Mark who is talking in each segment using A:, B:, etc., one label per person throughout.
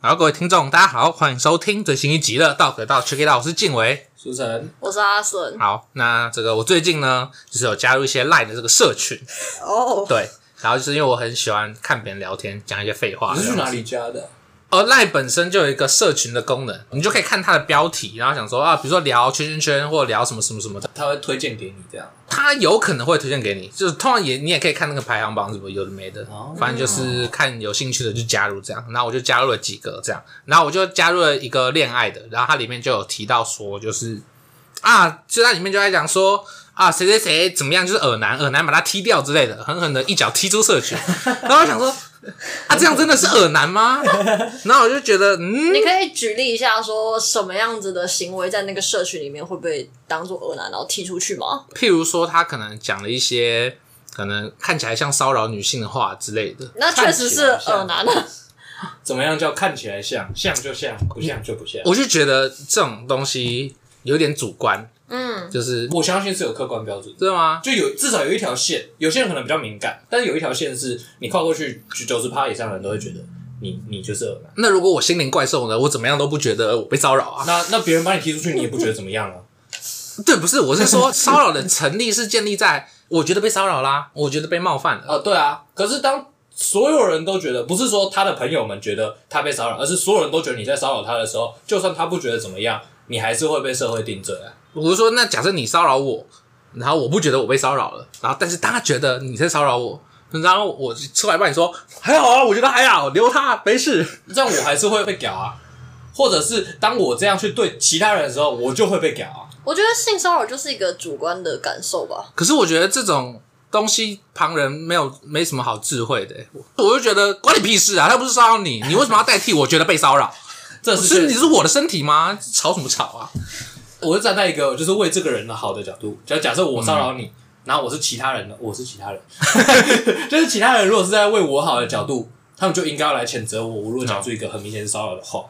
A: 好，各位听众，大家好，欢迎收听最新一集的《道可道 Check It Out》，我是静伟。
B: 苏晨，
C: 我是阿顺
A: 好，那这个我最近呢，就是有加入一些 Line 的这个社群，
C: 哦，
A: 对，然后就是因为我很喜欢看别人聊天，讲一些废话。
B: 你是去哪里加的？
A: 而 Line 本身就有一个社群的功能，你就可以看它的标题，然后想说啊，比如说聊圈圈圈，或者聊什么什么什么的，
B: 他会推荐给你这样。
A: 它有可能会推荐给你，就是通常也你也可以看那个排行榜什么有的没的
B: 哦，
A: 反正就是看有兴趣的就加入这样。然后我就加入了几个这样，然后我就加入了一个恋爱的，然后它里面就有提到说，就是啊，就在里面就在讲说啊，谁谁谁怎么样，就是耳男，耳男把他踢掉之类的，狠狠的一脚踢出社群。然后我想说啊，这样真的是耳男吗？然后我就觉得嗯，
C: 你可以举例一下，说什么样子的行为在那个社群里面会被当做恶男，然后踢出去吗？
A: 譬如说他可能讲了一些可能看起来像骚扰女性的话之类的。
C: 那确实是恶男啊，
B: 怎么样叫看起来像？像就像，不像就不像。
A: 我就觉得这种东西有点主观，
C: 嗯，
A: 就是
B: 我相信是有客观标准的，
A: 对吗？
B: 就有至少有一条线。有些人可能比较敏感，但是有一条线是你跨过去，九十趴以上的人都会觉得你你就是恶男。
A: 那如果我心灵怪兽呢？我怎么样都不觉得我被骚扰啊？
B: 那那别人把你踢出去，你也不觉得怎么样啊？
A: 对，不是，我是说骚扰的成立是建立在我觉得被骚扰啦，我觉得被冒犯了。
B: 哦，对啊。可是当所有人都觉得，不是说他的朋友们觉得他被骚扰，而是所有人都觉得你在骚扰他的时候，就算他不觉得怎么样，你还是会被社会定罪啊。
A: 我是说，那假设你骚扰我，然后我不觉得我被骚扰了，然后但是大家觉得你在骚扰我，然后我吃完饭你说还好啊，我觉得还好，留他没事。
B: 这样我还是会被屌啊。或者是当我这样去对其他人的时候，我就会被屌啊。
C: 我觉得性骚扰就是一个主观的感受吧。
A: 可是我觉得这种东西旁人没有没什么好智慧的、我我就觉得关你屁事啊！他不是骚扰你，你为什么要代替我觉得被骚 扰？
B: 这
A: 不是
B: 是
A: 你是我的身体吗？吵什么吵啊？
B: 我是站在一个就是为这个人的好的角度，就假设我骚扰你，然后我是其他人的，我是其他人， 就是其他人如果是在为我好的角度，他们就应该要来谴责我。我如果讲出一个很明显骚扰的话，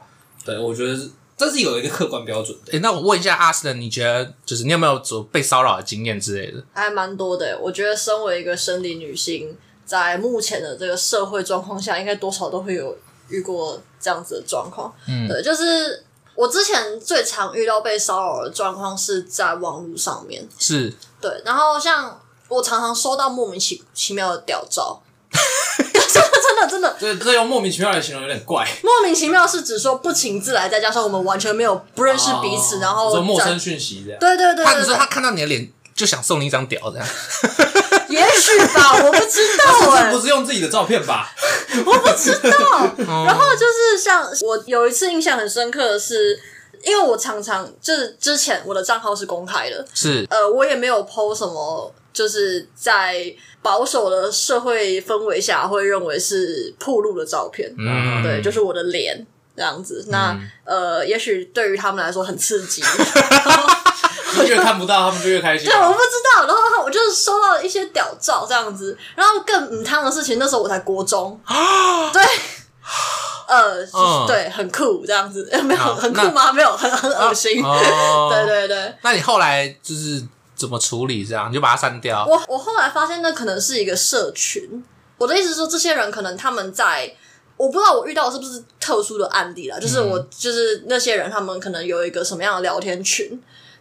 B: 对我觉得是这是有一个客观标准的。
A: 诶、那我问一下阿斯的，你觉得就是你有没有做被骚扰的经验之类的？
C: 还蛮多的耶，欸我觉得身为一个生理女性，在目前的这个社会状况下，应该多少都会有遇过这样子的状况。
A: 嗯
C: 对，就是我之前最常遇到被骚扰的状况是在网络上面，
A: 是
C: 对，然后像我常常收到莫名其其妙的屌照， 真的真的
B: 这这用莫名其妙来形容有点怪，
C: 莫名其妙是指说不请自来，再加上我们完全没有不认识彼此，
B: 哦
C: 然后
B: 说陌
C: 在
B: 生讯息这样。
C: 对对对
A: 他，你
C: 对
A: 说他看到你的脸就想送你一张屌这样？
C: 对也许吧，我不 知道哎、
B: 这不是用自己的照片吧？
C: 我不知
B: 哦
C: 道。然后就是像我有一次印象很深刻的是，因为我常常就是之前我的账号是公开的，
A: 是
C: 呃，我也没有 PO 什么，就是在保守的社会氛围下会认为是铺路的照片，
A: 嗯
C: 对，就是我的脸这样子。那、呃，也许对于他们来说很刺激， 对，
B: 越看不到他们就越开心。啊
C: 我不知道。然后我就是收到了一些屌照这样子，然后更嗯汤的事情，那时候我才国中，对。呃，就是
A: 啊嗯
C: 对，很酷这样子， 呃没有
A: 好
C: 很
A: 那
C: 酷吗？没有，很很恶心。
A: 哦，
C: 对。对对，
A: 那你后来就是怎么处理这样？你就把它删掉？
C: 我我后来发现，那可能是一个社群。我的意思是说，这些人可能他们在，我不知道我遇到是不是特殊的案例啦，就是我、
A: 嗯
C: 就是那些人，他们可能有一个什么样的聊天群，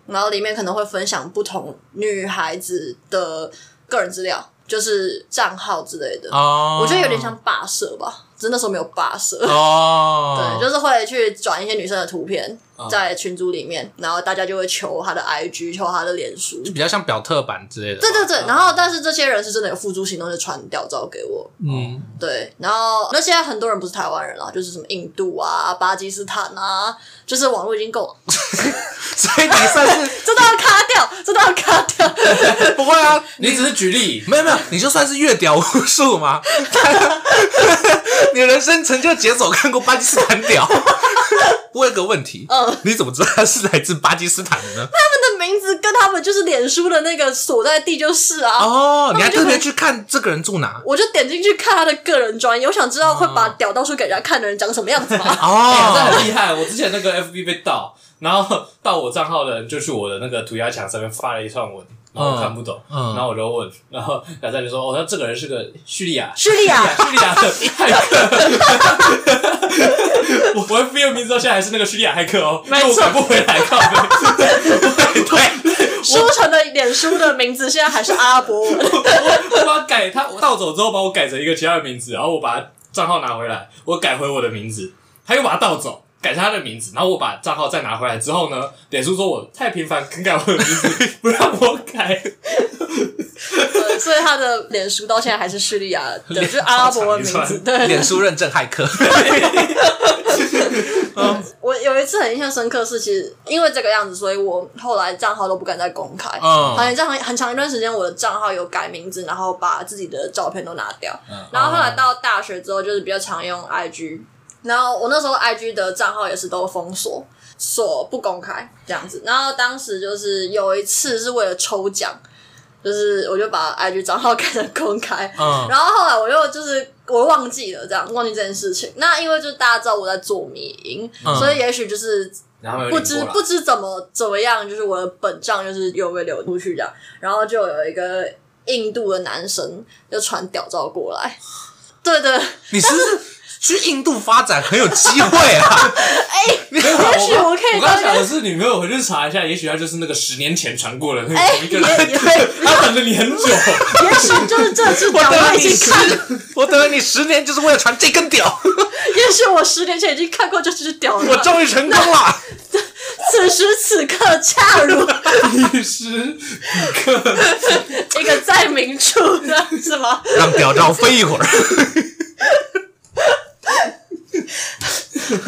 C: 然后里面可能会分享不同女孩子的个人资料，就是账号之类的。
A: 哦，
C: 我觉得有点像霸社吧，只是那时候没有霸社。
A: 哦，
C: 对，就是会去转一些女生的图片
B: 哦
C: 在群组里面，然后大家就会求她的 IG，求她的脸书，
A: 就比较像表特版之类的吧。
C: 对对对，然后但是这些人是真的有付诸行动，就传屌照给我。
A: 嗯，
C: 对，然后那现在很多人不是台湾人啦，就是什么印度啊、巴基斯坦啊，就是网络已经够，
A: 所以你算是
C: 这都要卡掉， 这都要卡掉。
A: 不会啊，
B: 你只是举例，
A: 没有没有，你就算是越屌无数嘛。 你的人生成就解锁看过巴基斯坦屌。我有个问题，
C: 嗯
A: 你怎么知道它是来自巴基斯坦的呢？
C: 他们的名字跟他们就是脸书的那个所在地就是啊。
A: 哦，你还
C: 就
A: 特别
C: 很
A: 去看这个人住哪？
C: 我就点进去看他的个人专业，我想 知道会把屌到处给人家看的人长什么样子吗？
A: 哦
B: 这，很厉害。我之前那个 FB 被盗，然后到我账号的人就去我的那个涂鸦墙上面发了一串文，然后我看不懂，
A: 嗯
B: 然后我就问，然后亚赞就说：“哦，那这个人是个叙利亚，
C: 叙利亚
B: 叙利亚的骇客。我”我我 feel 名字到现在还是那个叙利亚骇客哦，因为我改不回来，靠背。对，
C: 书城的脸书的名字现在还是阿拉伯文，
B: 我我把它改他盗走之后，把我改成一个其他的名字，然后我把账号拿回来，我改回我的名字，他又把它盗走。改成他的名字，然后我把账号再拿回来之后 呢，脸书说我太频繁更改我的名字，不让我改。
C: 对所以他的脸书到现在还是叙利亚的，就是阿拉伯文名
B: 好长
C: 字。
B: 一串
C: 对，
A: 脸书认证骇 客，
C: 我有一次很印象深刻是，其实因为这个样子，所以我后来账号都不敢再公开。
A: 嗯
C: 好像这样很长一段时间，我的账号有改名字，然后把自己的照片都拿掉。然后后来到大学之后，就是比较常用 IG。然后我那时候 IG 的账号也是都封锁，锁不公开这样子。然后当时就是有一次是为了抽奖，就是我就把 IG 账号改成公开，
A: 嗯
C: 然后后来我又就是我忘记了这样，忘记这件事情。那因为就是大家知道我在做迷营，
A: 嗯
C: 所以也许就是
B: 然后
C: 不知不知怎么怎么样，就是我的本账就是有被流出去这样，然后就有一个印度的男生就传屌照过来。 对对，
A: 你是不是去印度发展很有机会啊？
B: 没有啊，
C: 也许
B: 我
C: 我可以
B: 我刚
C: 当
B: 刚想的是，你没有回去查一下，也许他就是那个十年前传过的那个
C: 哎、
B: 同一
C: 也
B: 个
C: 也
B: 人，
C: 也
B: 他等了你很久。
C: 许就是这次屌
A: 等
C: 我
A: 了
C: 已
A: 你十
C: 经看，，
A: 我等了你十年，就是为了传这根屌，
C: 也许我十年前已经看过这只屌
A: 我
C: 了，
A: 终于成功了。
C: 此时此刻恰 如
B: 律师，
C: 一个在明处的是吗？
A: 让屌照飞一会儿，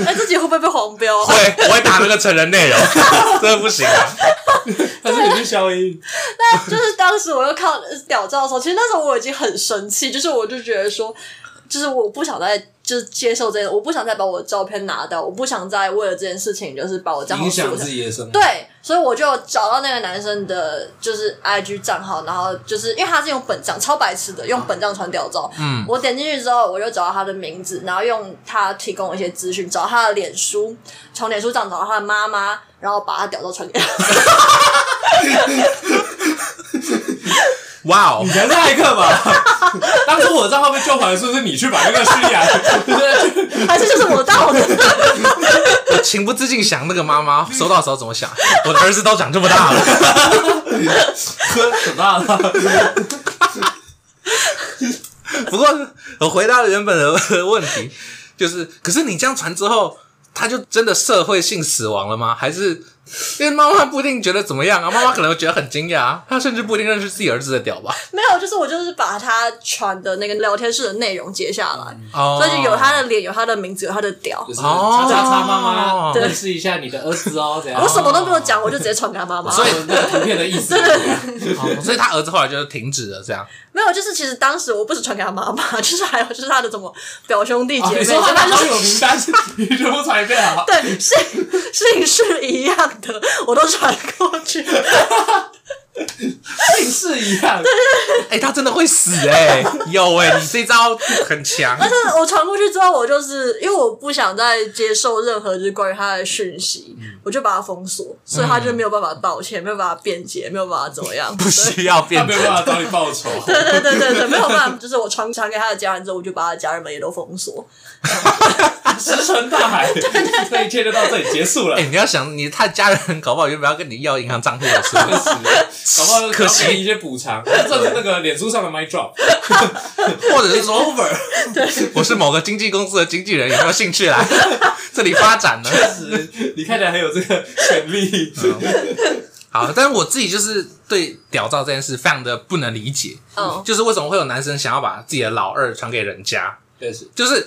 C: 哎、自己会不会被黄标啊？
A: 会我会打那个成人内容， 真的不行啊。
B: 他是你去消音，
C: 就是当时我又看到屌照的时候，其实那时候我已经很生气，就是我就觉得说，就是我不想再就是接受这件，我不想再把我的照片拿掉，我不想再为了这件事情就是把我账号
B: 影响
C: 锁
B: 自
C: 上
B: 己的生活。
C: 对，所以我就找到那个男生的，就是 IG 账号，然后就是因为他是用本账，超白痴的，用本账传屌照。
A: 嗯，
C: 我点进去之后，我就找到他的名字，然后用他提供的一些资讯，找到他的脸书，从脸书上找到他的妈妈，然后把他屌照传给他。
A: 哇哦
B: 你，才是骇客吧？当初我的账号被救还，是不是你去把那个叙利亚？
C: 还是就是我当我的，
A: 我 情不自禁想那个妈妈收到的时候怎么想，我的儿子都长这么大了，
B: 喝可怕了。
A: 不过我回到原本的问题，就是，可是你这样传之后，他就真的社会性死亡了吗？还是因为妈妈不一定觉得怎么样啊？妈妈可能觉得很惊讶啊，她甚至不一定认识自己儿子的屌吧？
C: 没有，就是我就是把他传的那个聊天室的内容截下来，
B: 嗯
A: 哦
C: 所以就有他的脸，有他的名字，有他的屌
B: 就。是
A: 哦
B: 叉叉叉妈妈，
A: 对
B: 认识一下你的儿子哦，怎样？
C: 我什么都没有讲，我就直接传给他妈妈。
B: 所以那个图片的意思是什么，
A: 哦所以他儿子后来就停止了这样。
C: 没有，就是其实当时我不是传给他妈妈， 就是还有就是他的什么表兄弟姐
B: 哦
C: 妹，
B: 你说
C: 就
B: 他
C: 他
B: 的
C: 就
B: 好
C: 是
B: 友名单，你 全部传一遍好。
C: 对姓姓氏一样的，我都传过去。
B: 姓氏一样，
A: 哎、他真的会死哎、有哎、你这招很强。
C: 但是我传过去之后，我就是因为我不想再接受任何就是关于他的讯息，
B: 嗯
C: 我就把他封锁，所以他就没有办法道歉，没有办法辩解，没有办法怎么样。
A: 不需要
B: 他
A: 辩
B: 没有
A: 解，
B: 办法找你报仇。
C: 对对对对对，没有办法，就是我传传给他的家人之后，我就把他的家人们也都封锁。
B: 石沉大海，这一切就到这里结束了
A: 哎、。你要想，你他家人搞不好原本要跟你要银行账户的时候，
B: 确实，搞不好
A: 可惜
B: 搞不好给你一些补偿，这是那个脸书上的 My Drop，
A: 或者是说 over，我 是某个经纪公司的经纪人，有没有兴趣来 这里发展 呢？
B: 是你看起来很有这个潜力。
A: 好，但是我自己就是对屌照这件事非常的不能理解，
C: 嗯，
A: 就是为什么会有男生想要把自己的老二传给人家，
B: 确实，
A: 就是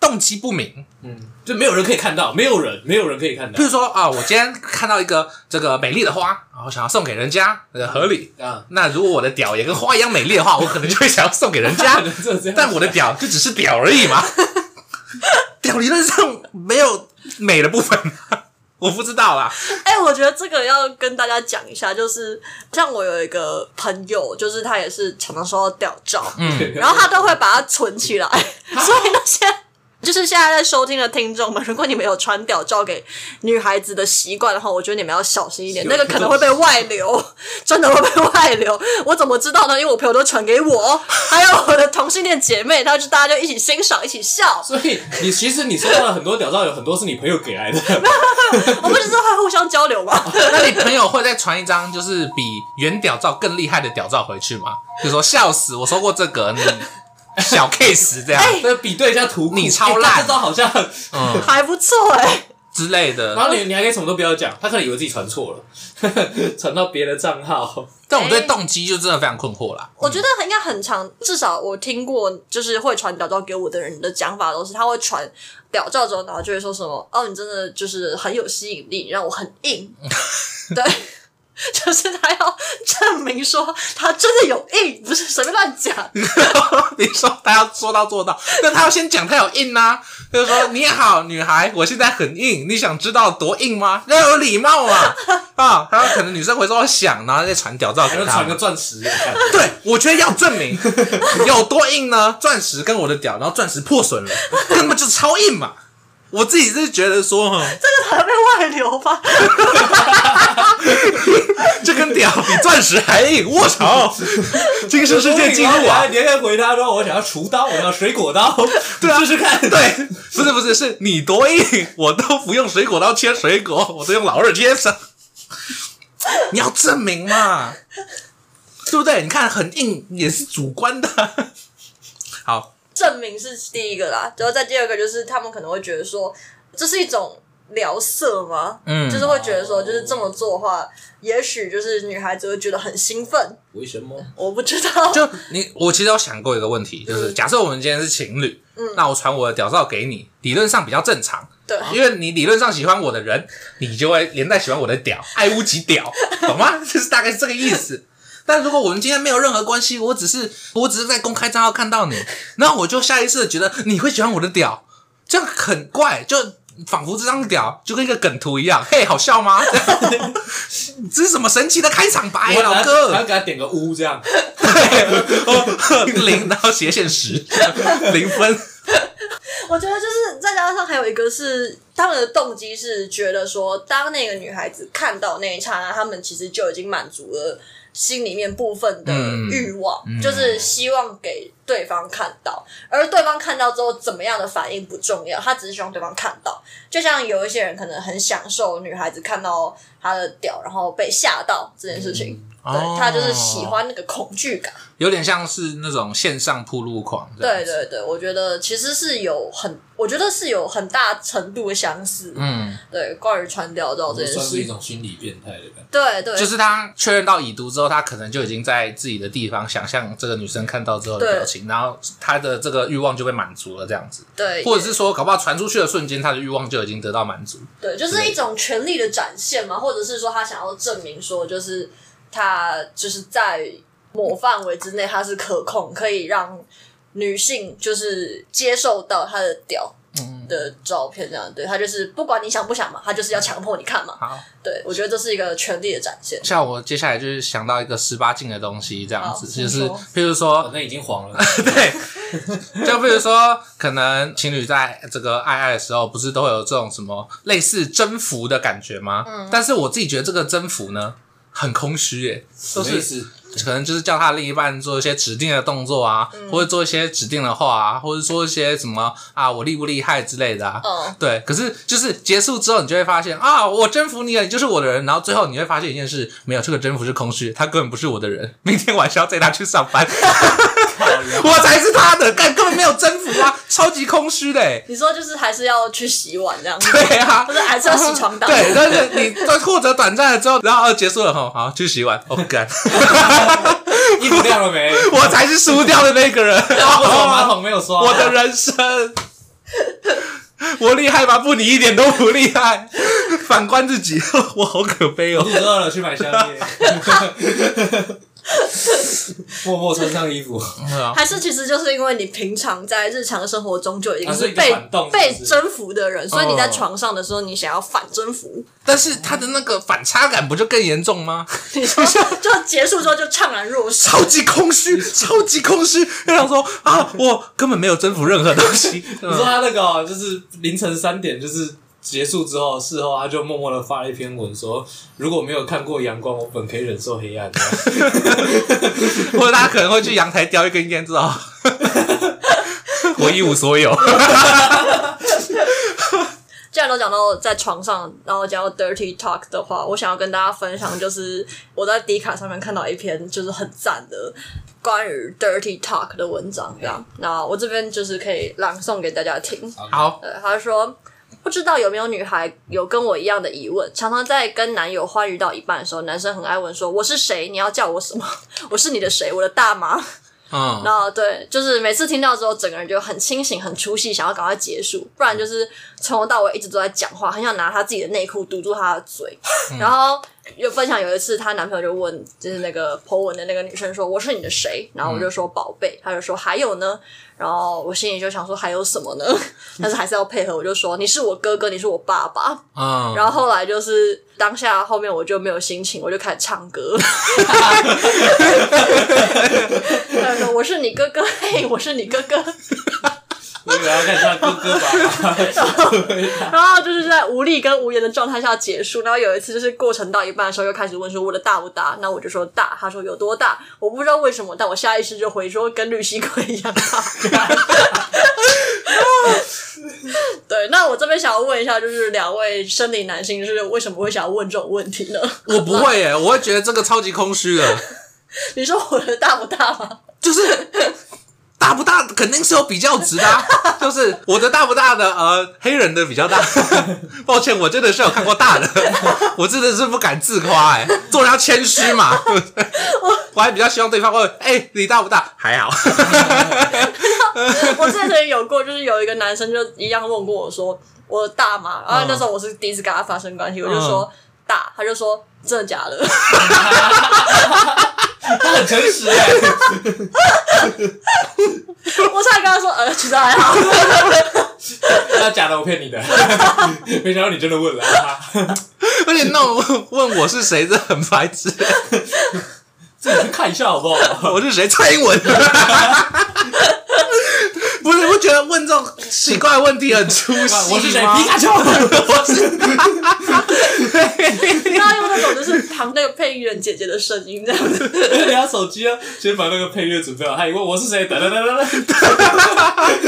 A: 动机不明。
B: 嗯，就没有人可以看到，没有人，没有人可以看到
A: 比。如说啊，我今天看到一个这个美丽的花，然后想要送给人家，呃，合理。
B: 啊，
A: 那如果我的屌也跟花一样美丽的话，我可能就会想要送给人家。
B: 就这样。
A: 但我 的屌就只是屌而已嘛，屌理论上没有美的部分啊， 我不知道啦。
C: 哎、我觉得这个要跟大家讲一下，就是像我有一个朋友，就是他也是常常收到屌照，
A: 嗯，
C: 然后他都会把它存起来，所以那些就是现在在收听的听众们，如果你们有传屌照给女孩子的习惯的话，我觉得你们要小心一点，
B: 有
C: 那个可能会被外流， 真的会被外流。我怎么知道呢？因为我朋友都传给我，还有我的同性恋姐妹，她就大家就一起欣赏，一起笑。
B: 所以你其实你收到了很多屌照，有很多是你朋友给来的，
C: 我们只是会互相交流嘛。
A: 那你朋友会再传一张就是比原屌照更厉害的屌照回去吗？就说笑死，我收过这个，你小 case 这样，
C: 哎
B: 那比对一下图库，
A: 你超烂
B: 欸这招好像，
A: 嗯
C: 还不错哎、
A: 之类
B: 然
A: 的。
B: 后你你还可以什么都不要讲，他可能以为自己传错了， 传到别的账号，
A: 但我对动机就真的非常困惑啦。
C: 我觉得应该很长，至少我听过，就是会传屌照给我的人的讲法都是，他会传屌照之后，然后就会说什么：“哦，你真的就是很有吸引力，你让我很硬。”对， 就是他要证明说他真的有硬，不是随便乱讲。
A: 你说他要说到做到，那他要先讲他有硬啊，就是说你好，女孩，我现在很硬，你想知道多硬吗？要有礼貌嘛，啊， 然后可能女生回说想，然后再传屌照
B: 还
A: 给
B: 能
A: 他
B: 传个
A: 们。
B: 钻石给我 看。
A: 对，我觉得要证明 有多硬呢？钻石跟我的屌，然后钻石破损了，根本就超硬嘛。我自己是觉得说，哈，
C: 这个才被外流吧？
A: 这根屌比钻石还硬，我 操！精神世界进入啊！
B: 你还回他说我想要厨刀，我想要水果刀，对
A: 啊
B: 试试看。
A: 对，不是不是，是你多硬，我都不用水果刀切水果，我都用老二切生。你要证明嘛，对不对？你看很硬也是主观的。好，
C: 证明是第一个啦，然后再第二个就是他们可能会觉得说，这是一种聊色吗？
A: 嗯
C: 就是会觉得说，就是这么做的话，也许就是女孩子会觉得很兴奋，
B: 为什么？
C: 我不知 道。
A: 就你，我其实有想过一个问题，就是
C: 嗯
A: 假设我们今天是情侣，
C: 嗯
A: 那我传我的屌照给你，理论上比较正常，
C: 对，
A: 因为你理论上喜欢我的人，你就会连带喜欢我的屌，爱屋及 屌，懂吗？就是大概是这个意思。但如果我们今天没有任何关系，我只是我只是在公开账号看到你，那我就下意识的觉得你会喜欢我的屌，这样很怪，就仿佛这张屌就跟一个梗图一样，嘿，好笑吗？ 这是什么神奇的开场白，啊
B: 我
A: 哎老
B: 还要
A: 哥？
B: 给他点个乌这样。
A: 零，然后斜线 十，零分。
C: 我觉得就是再加上还有一个是他们的动机是觉得说，当那个女孩子看到那一刹那，他们其实就已经满足了心里面部分的
A: 嗯
C: 欲望，就是希望给对方看到，而对方看到之后怎么样的反应不重要，他只是希望对方看到。就像有一些人可能很享受女孩子看到他的屌，然后被吓到这件事情。
A: 哦
C: 对他就是喜欢那个恐惧感，
A: 有点像是那种线上铺路狂这样
C: 对
A: 子。
C: 对对，我觉得其实是有很，我觉得是有很大程度的相似。
A: 嗯，
C: 对，关于传屌照这件
B: 算是一
C: 事，
B: 种心理变态的感觉。
C: 对对，
A: 就是他确认到已读之后，他可能就已经在自己的地方想象这个女生看到之后的
C: 对
A: 表情，然后他的这个欲望就被满足了，这样子，
C: 对，
A: 或者是说，搞不好传出去的瞬间，他的欲望就已经得到满足。
C: 对，就是一种权力的展现嘛，或者是说他想要证明说，就是他就是在某范围之内，他是可控，可以让女性就是接受到他的屌
A: 嗯，
C: 的照片这样。对他就是不管你想不想嘛，他就是要强迫你看嘛。
A: 好，
C: 对，我觉得这是一个权力的展现。
A: 像我接下来就是想到一个十八禁的东西，这样子，
C: 好
A: 就
C: 请
A: 是
C: 说
A: 譬如说
B: 哦，，那已经黄了。
A: 对，就比如说，可能情侣在这个爱爱的时候，不是都会有这种什么类似征服的感觉吗？嗯，但是我自己觉得这个征服呢，很空虚耶， 都
B: 什么意
A: 是
B: 思？
A: 可能就是叫他另一半做一些指定的动作啊，
B: 嗯
A: 或者做一些指定的话啊，或者说一些什么啊，我厉不厉害之类的啊。
C: 嗯，
A: 对，可是就是结束之后，你就会发现啊，我征服你了，你就是我的人。然后最后你会发现一件事，没有这个征服是空虚，他根本不是我的人。明天晚上要带他去上班，我才是他的，干根本没有征服啊，超级空虚的、欸。
C: 你说就是还是要去洗碗这样 子，
A: 对啊
C: 不，是还是要洗床单？
A: 对，但是你在获得短暂了之后，然后哦结束了吼，好去洗碗，哦干，
B: 衣服掉了没？为
A: 我才是输掉的那个人，哦
B: 什么马桶没有刷？
A: 我的人生。 我厉害吗？不，你一点都不厉害。 反观自己，我好可悲哦。
B: 肚子饿了，去买宵夜。 默默穿上衣服，
A: 嗯
C: 还是其实就是因为你平常在日常生活中就已经
B: 啊是一个
C: 被
B: 反动是不
C: 被
B: 是
C: 征服的人，所以你在
A: 哦
C: 床上的时候，你想要反征服，
A: 但是他的那个反差感不就更严重吗？
C: 你
B: 哦
C: 说 就结束之后就怅然若失。
A: 超级空虚，超级空虚，就想说啊，我根本没有征服任何东 西。
B: 你说他那个哦就是凌晨三点，就是结束之后，事后他就默默的发了一篇文说，如果没有看过阳光，我本可以忍受黑暗。
A: 或者他可能会去阳台叼一根烟，知道？我一无所有。
C: 既然都讲到在床上，然后讲到 dirty talk 的话，我想要跟大家分享，就是我在迪卡上面看到一篇就是很赞的关于 dirty talk 的文章，这
B: 哎
C: 样。那我这边就是可以朗诵给大家听。
A: 好，
C: 呃，他说不知道有没有女孩有跟我一样的疑问，常常在跟男友欢愉到一半的时候，男生很爱问说我是谁，你要叫我什么？ 我是你的谁？我的大妈？
A: 嗯，
C: 那对，就是每次听到之后，整个人就很清醒、很出戏，想要赶快结束，不然就是从头到尾一直都在讲话，很想拿他自己的内裤堵住他的嘴。然后有分享有一次，她男朋友就问，就是那个 Po 文的那个女生说：“我是你的谁？”然后我就说：“宝贝。”他就说：“还有呢？”然后我心里就想说：“还有什么呢？”但是还是要配合，我就说：“你是我哥哥，你是我爸爸。”
A: 嗯，
C: 然后后来就是当下后面我就没有心情，我就开始唱歌。 他说：“我是你哥哥，嘿，我是你哥哥。
B: 我以为要看他哥哥吧。”
C: 然后就是在无力跟无言的状态下结束。然后有一次就是过程到一半的时候，又开始问说我的大不大？那我就说大。他说有多大？我不知道为什么，但我下意识就回说跟绿西龟一样大。 对，那我这边想要问一下，就是两位生理男性，就是为什么会想要问这种问题呢？
A: 我不会耶，我会觉得这个超级空虚的，
C: 你说我的大不大吗？
A: 就是。大不大肯定是有比较值的、 啊，就是我的大不大的，呃，黑人的比较大。抱歉，我真的是有看过大的，我真的是不敢自夸哎、做人要谦虚嘛，对不对？我还比较希望对方问，哎、你大不大？还 好，
C: 我之前有过，就是有一个男生就一样问过我说我大吗？然后那时候我是第一次跟他发生关系，我就说
B: 嗯
C: 大，他就说真的假的？
B: 他很诚实哎、
C: 我才跟他说呃，其实还好。
B: 那假的我骗你的， 没想到你真的问了。啊
A: 而且那种问我是谁，这很白痴。
B: 这个看一下好 不好？
A: 我是谁？蔡英文。不是，我觉得问这种奇怪的问题很出息吗
B: 我是谁？ 皮卡丘。
A: 我是。
C: 他用那种就是旁那个配音员姐姐的声音这样子，
B: 你要手机啊，先把那个配乐准备好。他一问我是谁，哒哒哒哒哒，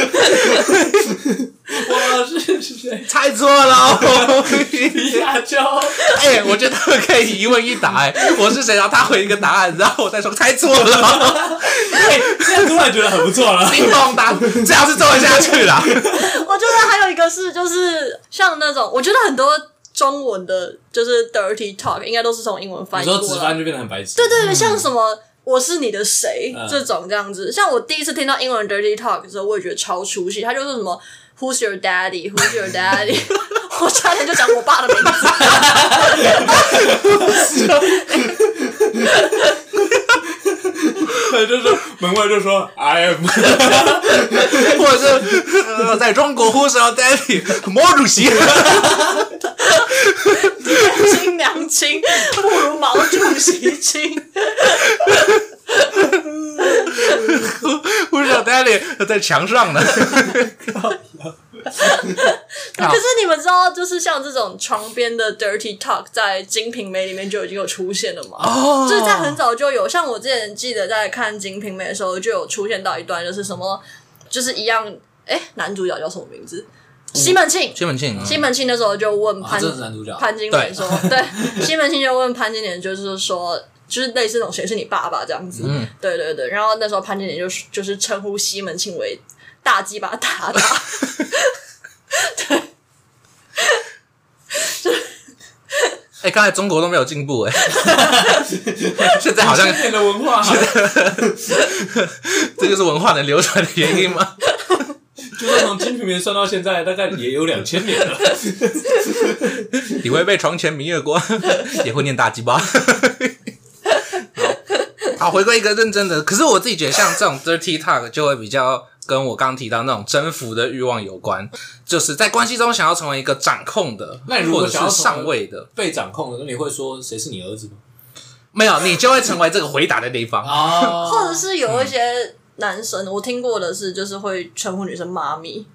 B: 我是谁？
A: 猜错了哦。
B: 皮卡丘。
A: 哎、我觉得可以一问一答、哎，我是谁？然后他回一个答案，然后我再说猜错了，
B: 哎，这样突然觉得很不错了。
A: 叮咚答，这样是做得下去 啦。
C: 我觉得还有一个是就是像那种，我觉得很多中文的就是 dirty talk 应该都是从英文翻
B: 你
C: 译
B: 说
C: 过
B: 直
C: 来
B: 翻。就变得很白痴。
C: 对
A: 嗯
C: 对对，像什么。我是你的谁？
B: 嗯
C: 这种这样子，像我第一次听到英文 dirty talk 的时候，我也觉得超出戏。他就是什么 Who's your daddy? Who's your daddy? 我差点就讲我爸的名字。
B: 对，就是门外就说 I am，
A: 或者是、呃、在中国呼声 daddy 毛主席，
C: 亲娘亲，不如毛主席亲。
A: 呼声 daddy 在墙上 呢。 好
C: 可是你们知道，就是像这种床边的 dirty talk，在《金瓶梅》里面就已经有出现了吗？
A: 哦
C: 就是在很早就有，像我之前记得在看《金瓶梅》的时候，就有出现到一段，就是什么，就是一样，哎、男主角叫什么名字？
A: 嗯
C: 西门庆。
A: 西门庆，啊
C: 西门庆那时候就问潘、
B: 啊这是男主角
C: 潘金莲说，对，西门庆就问潘金莲，就是说，就是类似那种谁是你爸爸这样子，
A: 嗯
C: 对对对。然后那时候潘金莲就是就是称呼西门庆为大鸡巴大大，
A: 哎、刚才中国都没有进步哎、 现在好像
B: 经典的文化，
A: 这就是文化能流传的原因吗？
B: 就算从《金瓶梅》算到现在，大概也有两千年了。
A: 你 会被床前明月光，也会念大鸡巴。好好，回归一个认真的。可是我自己觉得，像这种 dirty talk 就会比较跟我刚提到那种征服的欲望有关，就是在关系中想要成为一个掌控的，
B: 那你如果
A: 或者
B: 想要
A: 是
B: 成为
A: 上位的，
B: 被掌控了，那你会说谁是你儿子吗？
A: 没有，你就会成为这个回答的地方。
B: 啊，
C: 或者是有一些男生，我听过的是，就是会称呼女生妈咪。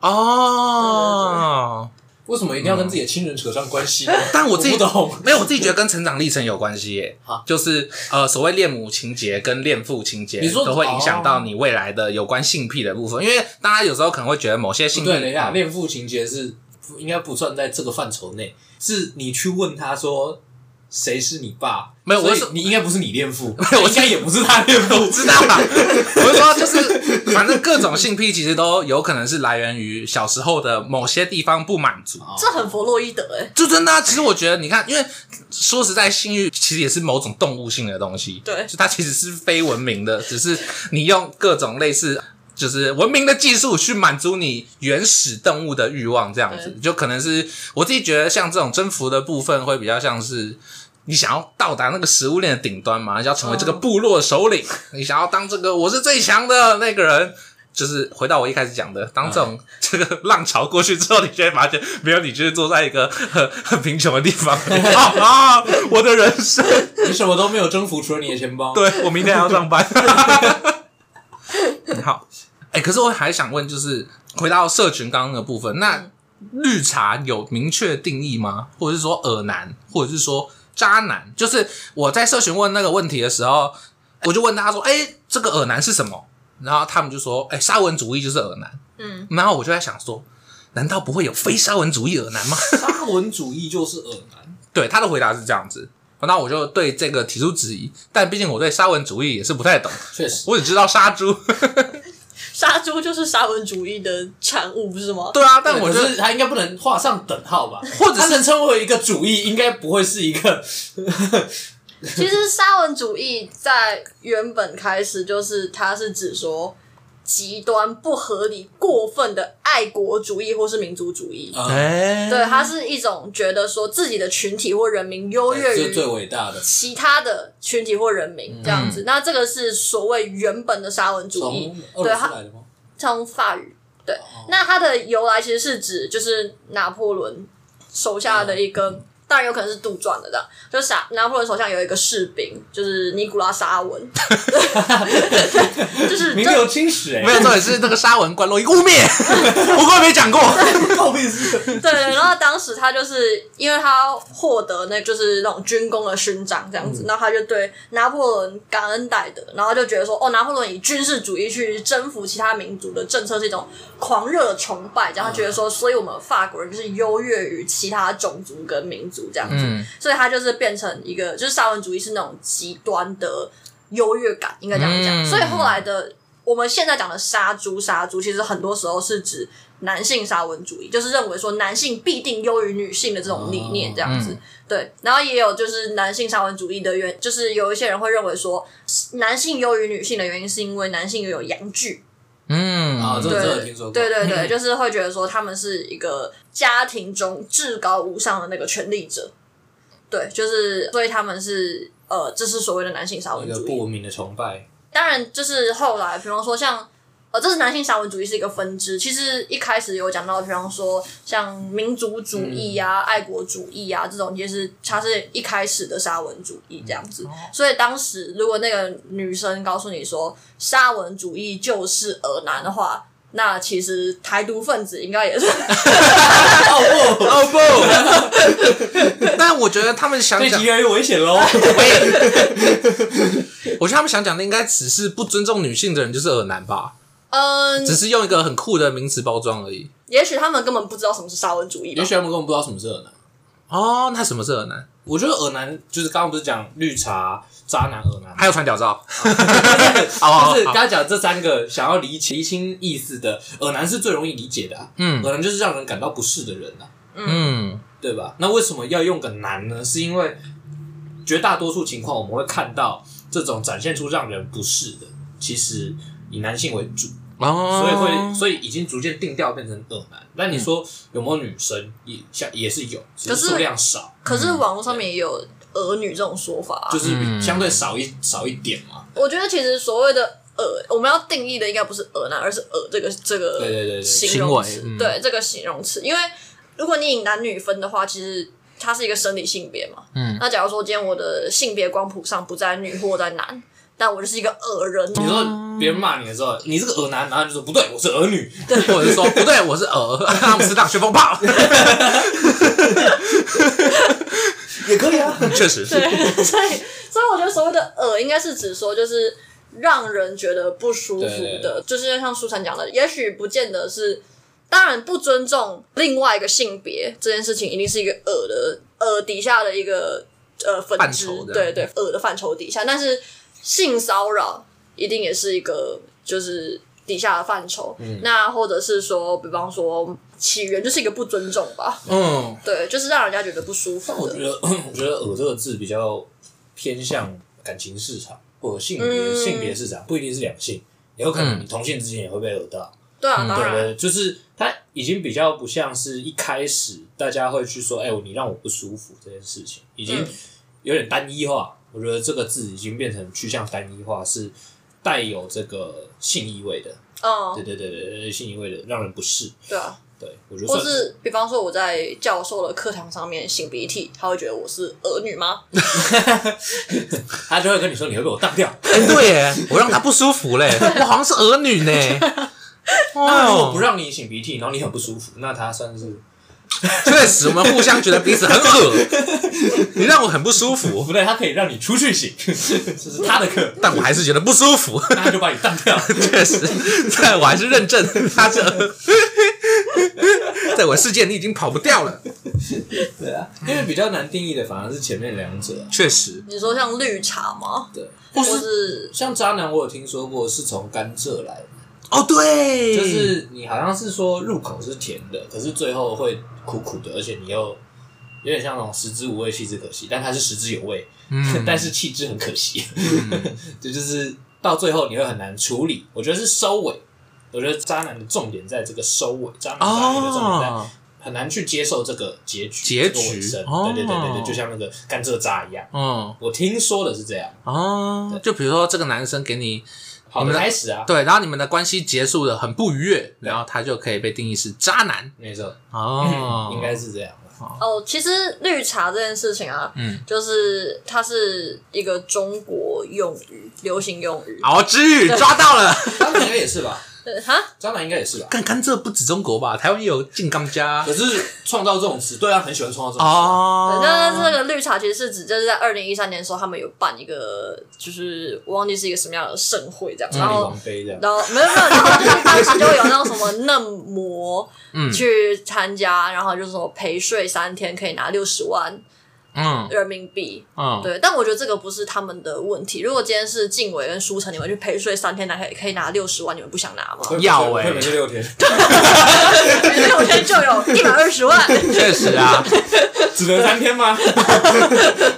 A: 哦，
B: 为什么一定要跟自己的亲人扯上关系呢？
A: 但我自己
B: 不懂，
A: 没有，我自己觉得跟成长历程有关系 耶
B: 啊，
A: 就是呃，所谓恋母情节跟恋父情节，
B: 你说哦
A: 都会影响到你未来的有关性癖的部分，因为大家有时候可能会觉得某些性癖，
B: 对，等一下，恋父情节是不应该不算在这个范畴内，是你去问他说谁是你爸？
A: 没有
B: 所以
A: 我是
B: 你应该不是你恋 父，
A: 有我
B: 应该也不是他恋 父，
A: 知道 吧？我是说，就是反正各种性癖其实都有可能是来源于小时候的某些地方不满
B: 哦
A: 足。
C: 这很弗洛伊德哎、
A: 就真的、啊，其实我觉得，你看，因为说实在，性欲其实也是某种动物性的东西，
C: 对
A: 就它其实是非文明的，只是你用各种类似就是文明的技术去满足你原始动物的欲望，这样子，就可能是我自己觉得，像这种征服的部分会比较像是。你想要到达那个食物链的顶端嘛？你想要成为这个部落的首领，你想要当这个我是最强的那个人，就是回到我一开始讲的，当这种、 这个浪潮过去之后，你就会发现，没有你就是坐在一个很很贫穷的地方啊啊！我的人生，
B: 你什么都没有征服，除了你的钱包。，
A: 对我明天还要上班。好，哎、可是我还想问，就是回到社群刚刚的部分，那绿茶有明确定义吗？或者是说耳男，或者是说渣男？就是我在社群问那个问题的时候，我就问大家说：“哎、这个耳男是什么？”然后他们就说：“哎、沙文主义就是耳男。”
C: 嗯，
A: 然后我就在想说，难道不会有非沙文主义耳男吗？
B: 沙文主义就是恶男。
A: 对，他的回答是这样子。那我就对这个提出质疑，但毕竟我对沙文主义也是不太懂，
B: 确实，
A: 我只知道杀猪。
C: 杀猪就是沙文主义的产物，不是吗？
A: 对啊，但我
B: 可
A: 就是
B: 他应该不能画上等号吧？
A: 或者是
B: 他能称为一个主义，应该不会是一 个
C: 其实沙文主义在原本开始就是，它是指说极端、不合理、过分的爱国主义或是民族主义。
B: 呃，
A: 哎，
C: 对，它是一种觉得说自己的群体或人民优越
B: 是
C: 于
B: 最嗯伟大的。
C: 其他的群体或人民这样子。那这个是所谓原本的沙文主义
B: 从，俄
C: 对
B: 罗斯
C: 它
B: 来的吗？
C: 从法语。对，那它的由来其实是指就是拿破仑手下的一个，当然有可能是杜撰的，这样就是拿拿破仑手下有一个士兵，就是尼古拉沙文，就是
B: 名
C: 这
B: 留青史哎，
A: 没有重点是那个沙文冠落一个污蔑，我根本没讲过。
B: 告别 是。
C: 对，然后当时他就是因为他获得那就是那种军功的勋章
A: 嗯
C: 这样子，然后他就对拿破仑感恩戴德，然后就觉得说，哦，拿破仑以军事主义去征服其他民族的政策是一种狂热的崇拜，这样他觉得说，所以我们法国人就是优越于其他种族跟民族这样子，
A: 嗯
C: 所以他就是变成一个就是沙文主义是那种极端的优越感，应该这样讲，
A: 嗯
C: 所以后来的。我们现在讲的杀猪，杀猪其实很多时候是指男性沙文主义，就是认为说男性必定优于女性的这种理念，这样子。
A: 嗯
B: 啊
C: 对，然后也有就是男性沙文主义的原，就是有一些人会认为说男性优于女性的原因是因为男性有阳具，
A: 嗯
B: 啊这
C: 对
B: 个有听说过
C: 对对对，就是会觉得说他们是一个家庭中至高无上的那个权力者，对，就是所以他们是呃，这是所谓的男性沙
B: 一
C: 文
B: 个
C: 主义
B: 不。文明的崇拜，
C: 当然，就是后来，比方说像呃，这是男性沙文主义是一个分支。其实一开始有讲到，比方说像民族主义啊、爱国主义啊这种，就是它是一开始的沙文主义这样子。所以当时如果那个女生告诉你说沙文主义就是俄男的话，那其实台独分子应该也是
A: 哦不，但我觉得他们想
B: 这
A: 讲
B: 集，越来越危 险喽。
A: 我觉得他们想讲的应该只是不尊重女性的人就是耳男吧，
C: 嗯，
A: 只是用一个很酷的名词包装而已。
C: 也许他们根本不知道什么是沙文主义吧
B: 也。许他们根本不知道什么是恶男。
A: 哦，那什么是耳男？
B: 我觉得恶男就是刚刚不是讲绿茶、渣男、恶 男，
A: 还有传屌照，
B: 就
A: 哦
B: 是刚刚讲这三个想要理解、厘清意思的，恶男是最容易理解的、啊。
A: 嗯
B: 恶男就是让人感到不适的人啊，
A: 嗯
B: 对吧？那为什么要用个男呢？是因为绝大多数情况我们会看到这种展现出让人不适的，其实以男性为主，
A: 哦，
B: 所以会，所以已经逐渐定调变成恶男。但你说有没有女生也像也是有，只
C: 可是
B: 数量少。
C: 可是网络上面也有儿女这种说法、啊。
B: 就是比相对少一少一点嘛。
C: 我觉得其实所谓的“恶”，我们要定义的应该不是“恶男”，而是“恶”这个这个
B: 对对对对
C: 形容词，
A: 行为嗯
C: 对这个形容词。因为如果你以男女分的话，其实它是一个生理性别嘛。
A: 嗯
C: 那假如说今天我的性别光谱上不在女或在男，但我就是一个恶人，哦
B: 你说别人骂你的时候，你这个恶男，然后就说不对，我是儿女，
A: 或者是说不对，我是鹅， 阿姆斯特朗旋风炮，
B: 也可以 啊。
A: 确实是，
C: 对， 所以所以我觉得所谓的“呃恶”应该是指说就是让人觉得不舒服的，
B: 对对对
C: 就是像舒晨讲的，也许不见得是，当然不尊重另外一个性别这件事情，一定是一个“恶”的“恶”底下的一个呃分
A: 范
C: 支
A: 畴，的
C: 对对，“呃恶”的范畴底下，但是性骚扰一定也是一个就是。底下的范畴，
B: 嗯
C: 那或者是说，比方说起源就是一个不尊重吧，
A: 嗯，
C: 对，就是让人家觉得不舒服
B: 我
C: 的
B: 觉。得， 我觉得“恶”这个字比较偏向感情市场或者性别、
C: 嗯
B: 性别市场，不一定是两性，也有可能
A: 嗯
B: 你同性之间也会被恶到。
C: 对啊，
A: 嗯
C: 当
B: 对
C: 然，
B: 对，就是它已经比较不像是一开始大家会去说“哎、你让我不舒服”这件事情，已经
C: 嗯
B: 有点单一化。我觉得这个字已经变成趋向单一化，是带有这个性意味的。对
C: 嗯，
B: 对对对对，性意味的让人不适。
C: 对啊，
B: 对我觉得
C: 或
B: 算
C: 是比方说我在教授的课堂上面擤鼻涕，他会觉得我是儿女吗？
B: 他就会跟你说你会被我当掉。
A: 哎、对耶，我让他不舒服 嘞，我好像是儿女 呢，
B: 那 如果不
A: 哦，
B: 让你擤鼻涕，然后你很不舒服，那他算是
A: 确实，我们互相觉得彼此很恶，你让我很不舒服，
B: 不对，他可以让你出去擤， 这是他的课，
A: 但我还是觉得不舒服，
B: 那他就把你当掉。
A: 确实，但我还是认证他是儿，在我世界你已经跑不掉了，
B: 对啊，因为比较难定义的反而是前面两者。啊
A: 确实，
C: 你说像绿茶吗？
B: 对，
C: 或
B: 或
C: 是
B: 像渣男，我有听说过是从甘蔗来的，
A: 哦，对，
B: 就是你好像是说入口是甜的，可是最后会苦苦的，而且你又。有点像那种食之无味，弃之可惜，但它是食之有味，
A: 嗯
B: 但是弃之很可惜。这 就是到最后你会很难处理。我觉得是收尾，我觉得渣男的重点在这个收尾，渣男渣女的重点在
A: 哦，
B: 很难去接受这个结局，
A: 结
B: 这个尾
A: 局
B: 声
A: 哦
B: 对对对对对，就像那个甘蔗渣一样。
A: 嗯，
B: 我听说的是这样，
A: 哦，就比如说这个男生给你
B: 好
A: 嗯
B: 的开始啊，
A: 对，然后你们的关系结束的很不愉悦，然后他就可以被定义是渣男
B: 没错，
A: 哦，
B: 应该是这样吧。
C: 哦，其实绿茶这件事情啊，
A: 嗯，
C: 就是它是一个中国用语，流行用语。
A: 熬之语抓到了，
B: 渣男应该也是吧？
C: 对哈，
B: 渣男应该也是吧？
A: 干甘蔗不止中国吧，台湾也有进甘家
B: 可是创造这种词，对他很喜欢创造这种词啊。
A: 哦
C: 对，那那这个绿茶其实是指就是在二零一三年的时候，他们有办一个，就是我忘记是一个什么样的盛会这样，然
B: 大力
C: 后
B: 王妃这样，
C: 然后没有没有，然后就是当时就有那种什么嫩模
A: 嗯
C: 去参加，然后就是什么陪睡三天可以拿六十万
A: 嗯
C: 人民币，
A: 嗯，
C: 对。但我觉得这个不是他们的问题。如果今天是静伟跟舒晨，你们去陪睡三天拿可以可以拿六十万，你们不想拿吗？
A: 要欸
B: 哎，会每六天，
C: 六天就有一百二十万，
A: 确实啊，
B: 只能三天 吗？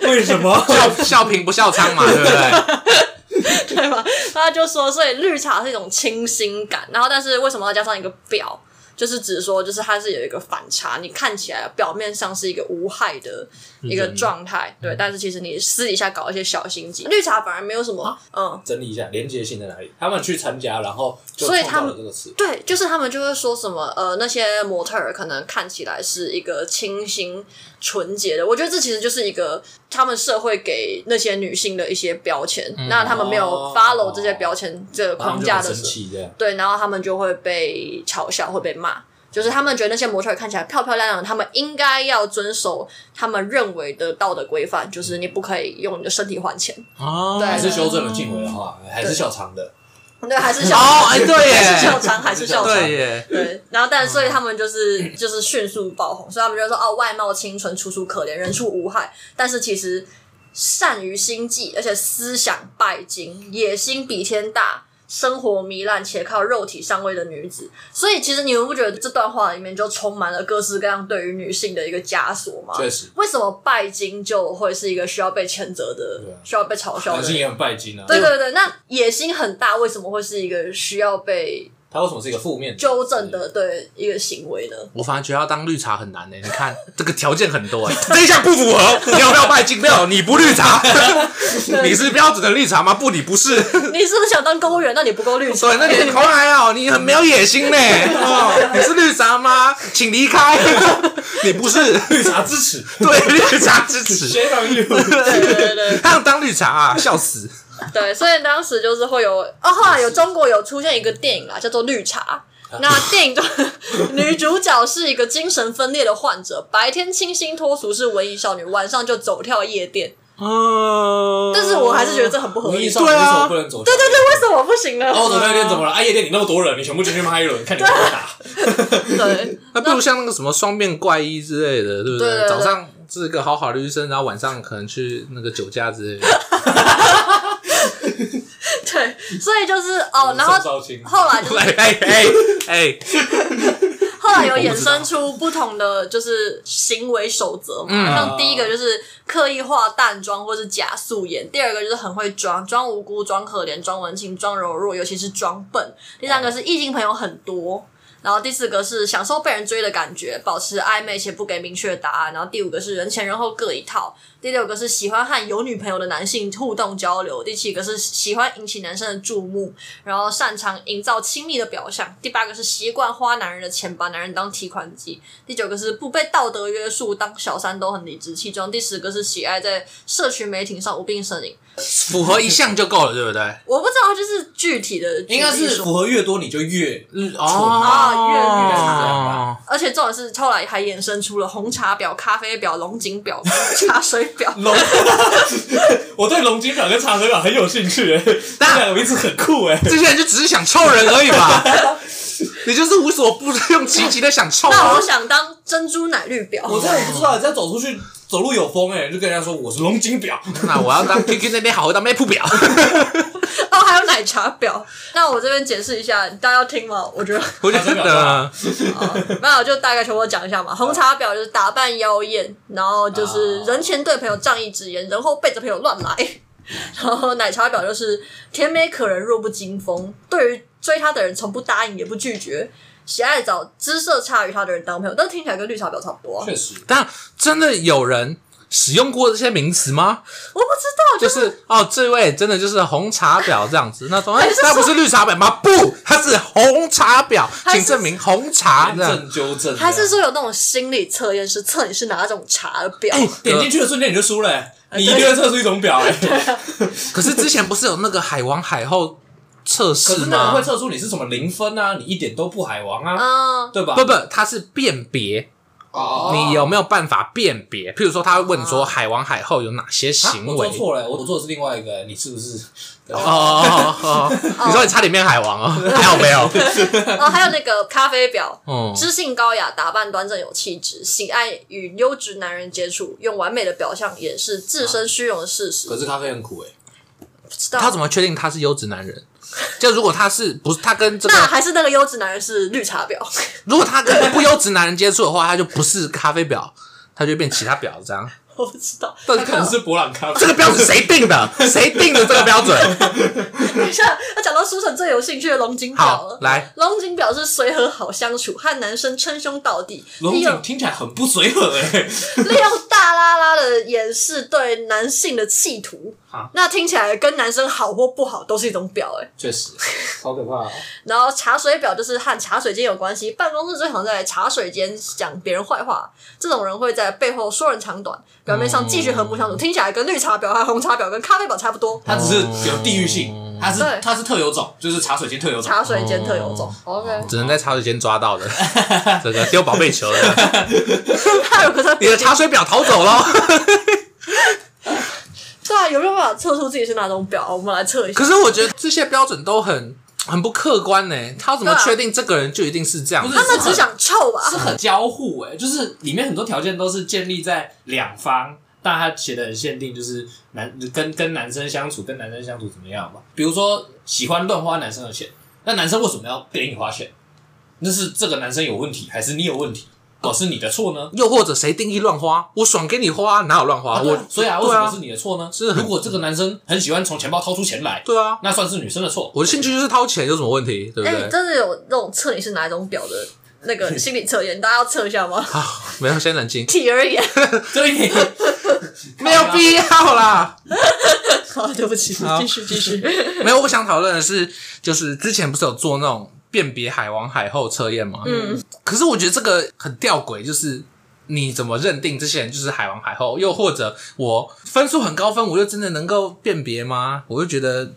B: 为什么？
A: 笑笑贫不笑娼嘛，对不对？
C: 对吧？他就说，所以绿茶是一种清新感，然后但是为什么要加上一个表？就是指说，就是它是有一个反差，你看起来表面上是一个无害的
B: 嗯
C: 一个状态，对，但是其实你私底下搞一些小心机，绿茶反而没有什
B: 啊
C: 么，嗯，
B: 整理一下连接性在哪里？他们去参加，然后就
C: 所以
B: 创
C: 他
B: 造
C: 们
B: 了这个词。
C: 对，就是他们就会说什么，呃，那些模特儿可能看起来是一个清新纯洁的，我觉得这其实就是一个他们社会给那些女性的一些标签，那他们没有
B: 哦
C: follow 这些标签这个框架
B: 他们就很
C: 的时
B: 生
C: 候。
B: 气这样，
C: 对，然后他们就会被嘲笑，会被骂。就是他们觉得那些模特儿看起来漂漂亮亮的，他们应该要遵守他们认为的道德规范，就是你不可以用你的身体换钱。
A: 哦，
C: 对
B: 还是修正了静伟的话，
C: 嗯
B: 还是小长的。
C: 对，还是校
A: 哦哎对耶
C: 还是校长，还是校长。
A: 对耶，
C: 对，然后
B: 嗯
C: 但所以他们就是就是迅速爆红，所以他们就说哦，外貌清纯，楚楚可怜，人畜无害。但是其实善于心计，而且思想拜金，野心比天大，生活糜烂且靠肉体上位的女子。所以其实你们不觉得这段话里面就充满了各式各样对于女性的一个枷锁吗？
B: 确实，
C: 为什么拜金就会是一个需要被谴责的
B: 对啊，
C: 需要被嘲笑
B: 男
C: 的
B: 性？也很拜金啊。
C: 对对对，那野心很大，为什么会是一个需要被
B: 它为什么是一个负面
C: 纠正？的对一个行为呢？
A: 我反而觉得要当绿茶很难欸呢、你看这个条件很多哎、这一项不符合，你要不要拜金票？你不绿茶，你是标准的绿茶吗？不，你不是。
C: 你是不是想当公务员？那你不够绿茶
A: 对，。那你好像还好，你很没有野心呢、哦，你是绿茶吗？请离开，你不是
B: 绿茶啊支持
A: 对绿茶支持，
B: ，Shade on you。
C: 对啊对对对
A: 他想当绿茶啊，笑死。
C: 对，所以当时就是会有哦，后来有中国有出现一个电影啦，叫做《绿茶》。那电影中女主角是一个精神分裂的患者，白天清新脱俗是文艺少女，晚上就走跳夜店。
A: 嗯，
C: 但是我还是觉得这很不合
B: 哦文艺
C: 理。
B: 少
C: 对
B: 女为
A: 对啊
B: 什么不能走？
C: 对对，为什么不行呢？
B: 哦，走那店怎么了？啊，夜店里那么多人，你全部进去骂一轮，看你怎么打。
C: 对
A: 那不如像那个什么双面怪医之类的，对不
C: 对对对
A: 早上是个好好的医生，然后晚上可能去那个酒驾之类 的。
C: 对，所以就是哦，然
B: 手
C: 后
B: 烧青
C: 后来就是
A: 哎哎哎哎，
C: 后来有衍生出不同的就是行为守则嘛，像第一个就是刻意化淡妆或是假素颜，第二个就是很会装，装无辜、装可怜、装文青、装柔弱，尤其是装笨。第三个是异性朋友很多。然后第四个是享受被人追的感觉，保持暧昧且不给明确的答案。然后第五个是人前人后各一套。第六个是喜欢和有女朋友的男性互动交流。第七个是喜欢引起男生的注目，然后擅长营造亲密的表象。第八个是习惯花男人的钱，把男人当提款机。第九个是不被道德约束，当小三都很理直气壮。第十个是喜爱在社群媒体上无病呻吟。
A: 符合一项就够了，对不对？
C: 我不知道，就是具体的
B: 应该
C: 举例
B: 是
C: 说
B: 符合越多你就越
C: 啊越狱是这
A: 哦
B: 样吧。
C: 而且重点是，后来还衍生出了红茶婊、咖啡婊、龙井婊、茶水婊
B: 龙。 我对龙井表跟茶水表很有兴趣诶，这两个名字很酷诶。
A: 这些人就只是想臭人而已吧？ 你就是无所不用其极的想臭
C: 那
A: 啊
C: 我！想当珍珠奶绿
B: 我
C: 婊，
B: 真的不知道，只要走出去走路有风诶，就跟人家说我是龙井表。
A: 那我要 当 QQ 那边好，我当 Map 表。
C: 哦，还有奶茶婊。那我这边解释一下，大家要听吗？我觉得。
A: 我觉得
C: 没有，就大概全部讲一下嘛。红茶婊就是打扮妖艳，然后就是
B: 啊
C: 人前对朋友仗义直言，人后背着朋友乱来。 然后奶茶婊就是甜美可人，弱不禁风，对于追她的人从不答应也不拒绝，喜爱找姿色差于她的人当朋友。但听起来跟绿茶婊差不多啊、
B: 确实，
A: 但真的有人使用过这些名词吗？
C: 我不知道，
A: 就
C: 就是
A: 哦，这位真的就是红茶婊这样子，那 种哎
C: 还是，说
A: 他不是绿茶婊吗？不，他是红茶 婊，
C: 是
A: 请证明红茶
B: 严
A: 啊这样。
B: 正纠正。
C: 还是说有那种心理测验是测你是哪种茶婊？
B: 点进去的瞬间你就输了欸，
A: 哎
B: 你一定会测出一种表诶。
A: 啊可是之前不是有那个海王海后测
B: 可
A: 试
B: 是那人
A: 吗
B: 会？测出你是什么零分啊，你一点都不海王啊，
C: 嗯，
B: 对吧？
A: 不不，他是辨别
B: 哦
A: 你有没有办法辨别？譬如说，他会问你说
C: 啊
A: 海王海后有哪些行
B: 啊我
A: 为？
B: 做错了，我我做的是另外一个，你是不是？
A: 哦哦哦哦， 哦你说你差点变海王哦，还好没有？
C: 哦，还有那个咖啡婊，
A: 嗯，
C: 知性高雅，打扮端正有气质，喜爱与优质男人接触，用完美的表象掩饰自身虚荣的事实。
B: 可是咖啡很苦哎、
C: 不知道
A: 他怎么确定他是优质男人？就如果他是不是他跟这个，
C: 那还是那个优质男人是绿茶婊，
A: 如果他跟不优质男人接触的话，他就不是咖啡婊，他就变其他婊这样。
C: 我不知道。
A: 到底
B: 他可能是博朗咖 啡。
A: 这个标准谁定的？谁定的这个标准？
C: 等一下，要讲到书城最有兴趣的龙井婊
A: 好
C: 了，。
A: 来，
C: 龙井婊是随和好相处，和男生称兄道弟，
B: 龙
C: 利
B: 井
C: 用
B: 听起来很不随和哎、
C: 利用大拉拉的掩饰对男性的企图
B: 啊。
C: 那听起来跟男生好或不好都是一种婊哎、欸
B: 确实，好可怕、
C: 然后茶水婊就是和茶水间有关系，办公室最常在茶水间讲别人坏话，这种人会在背后说人长短，表面上继续和睦
A: 嗯
C: 相处，听起来跟绿茶婊、和红茶婊、跟咖啡婊差不多。
B: 他只是有地域性
A: 哦，
B: 他是
C: 对
B: 他是特有种，就是茶水间特有种。
C: 茶水
A: 嗯
C: 间特有种、o
A: 只能在茶水间抓到的，这个丢宝贝球的，
C: k 他有个在
A: 你的茶水婊逃走喽。
C: 对啊，有没有办法测出自己是哪种婊？我们来测一下
A: 可。是我觉得这些标准都很很不客观呢、他怎么
C: 对啊
A: 确定这个人就一定是这样？
B: 不是
C: 他们只想臭吧？
B: 是很交互哎、就是里面很多条件都是建立在两方，但他写的很限定，就是男跟跟男生相处，跟男生相处怎么样嘛？比如说喜欢乱花男生的钱，那男生为什么要给你花钱？那是这个男生有问题，还是你有问题？哦，是你的错呢？
A: 又或者谁定义乱花？我爽给你花，哪有乱花？
B: 啊，
A: 我
B: 我所以啊，为
A: 对
B: 什么
A: 啊
B: 是，你的错呢？
A: 是很
B: 如果这个男生很喜欢从钱包掏出钱来，
A: 对啊，
B: 那算是女生的错。
A: 我的兴趣就是掏钱，有什么问题？对不
C: 哎、
A: 对？
C: 真的有那种测你是哪一种表的 那个心理测验，大家要测一下吗？
A: 啊，没有，先冷静，
C: 体而言，
B: 所以你
A: 没有必要啦。
C: 好，对不起，
A: 好
C: 继续 继续。
A: 没有，我想讨论的是，就是之前不是有做那种辨别海王海后测验吗？
C: 嗯，
A: 可是我觉得这个很吊诡，就是你怎么认定这些人就是海王海后？又或者我分数很高分，我就真的能够辨别吗？我就觉得嘖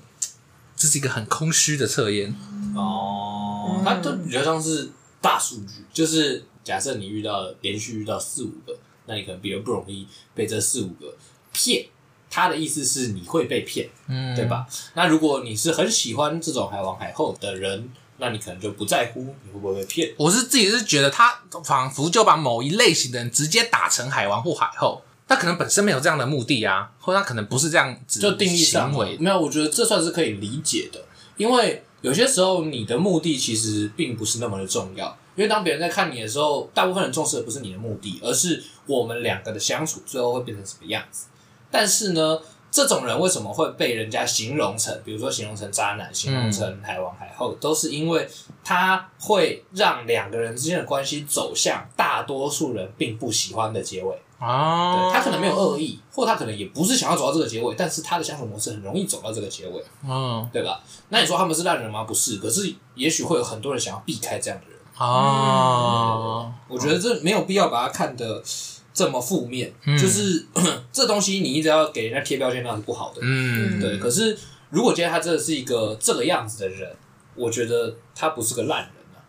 A: 这是一个很空虚的测验。
B: 哦，它就比较像是大数据，就是假设你遇到连续遇到四五个，那你可能比较不容易被这四五个骗。他的意思是你会被骗，
A: 嗯
B: 对？吧？那如果你是很喜欢这种海王海后的人，那你可能就不在乎你会不会被骗。
A: 我是自己是觉得他仿佛就把某一类型的人直接打成海王或海后，他可能本身没有这样的目的啊，或者他可能不是这样子
B: 就定义上
A: 行为。
B: 没有，我觉得这算是可以理解的，因为有些时候你的目的其实并不是那么的重要，因为当别人在看你的时候，大部分人重视的不是你的目的，而是我们两个的相处最后会变成什么样子。但是呢，这种人为什么会被人家形容成，比如说形容成渣男、形容
A: 嗯
B: 成海王、海后，都是因为他会让两个人之间的关系走向大多数人并不喜欢的结尾。
A: 哦
B: 对，他可能没有恶意，或他可能也不是想要走到这个结尾，但是他的相处模式很容易走到这个结尾，
A: 嗯
B: 对吧？那你说他们是烂人吗？不是，可是也许会有很多人想要避开这样的人。
A: 哦，
B: 我觉得这没有必要把它看得这么负面，
A: 嗯
B: 就是 这东西你一直要给人家贴标签，那是不好的。
A: 嗯，
B: 对，可是如果今天他真的是一个这个样子的人，我觉得他不是个烂人啊，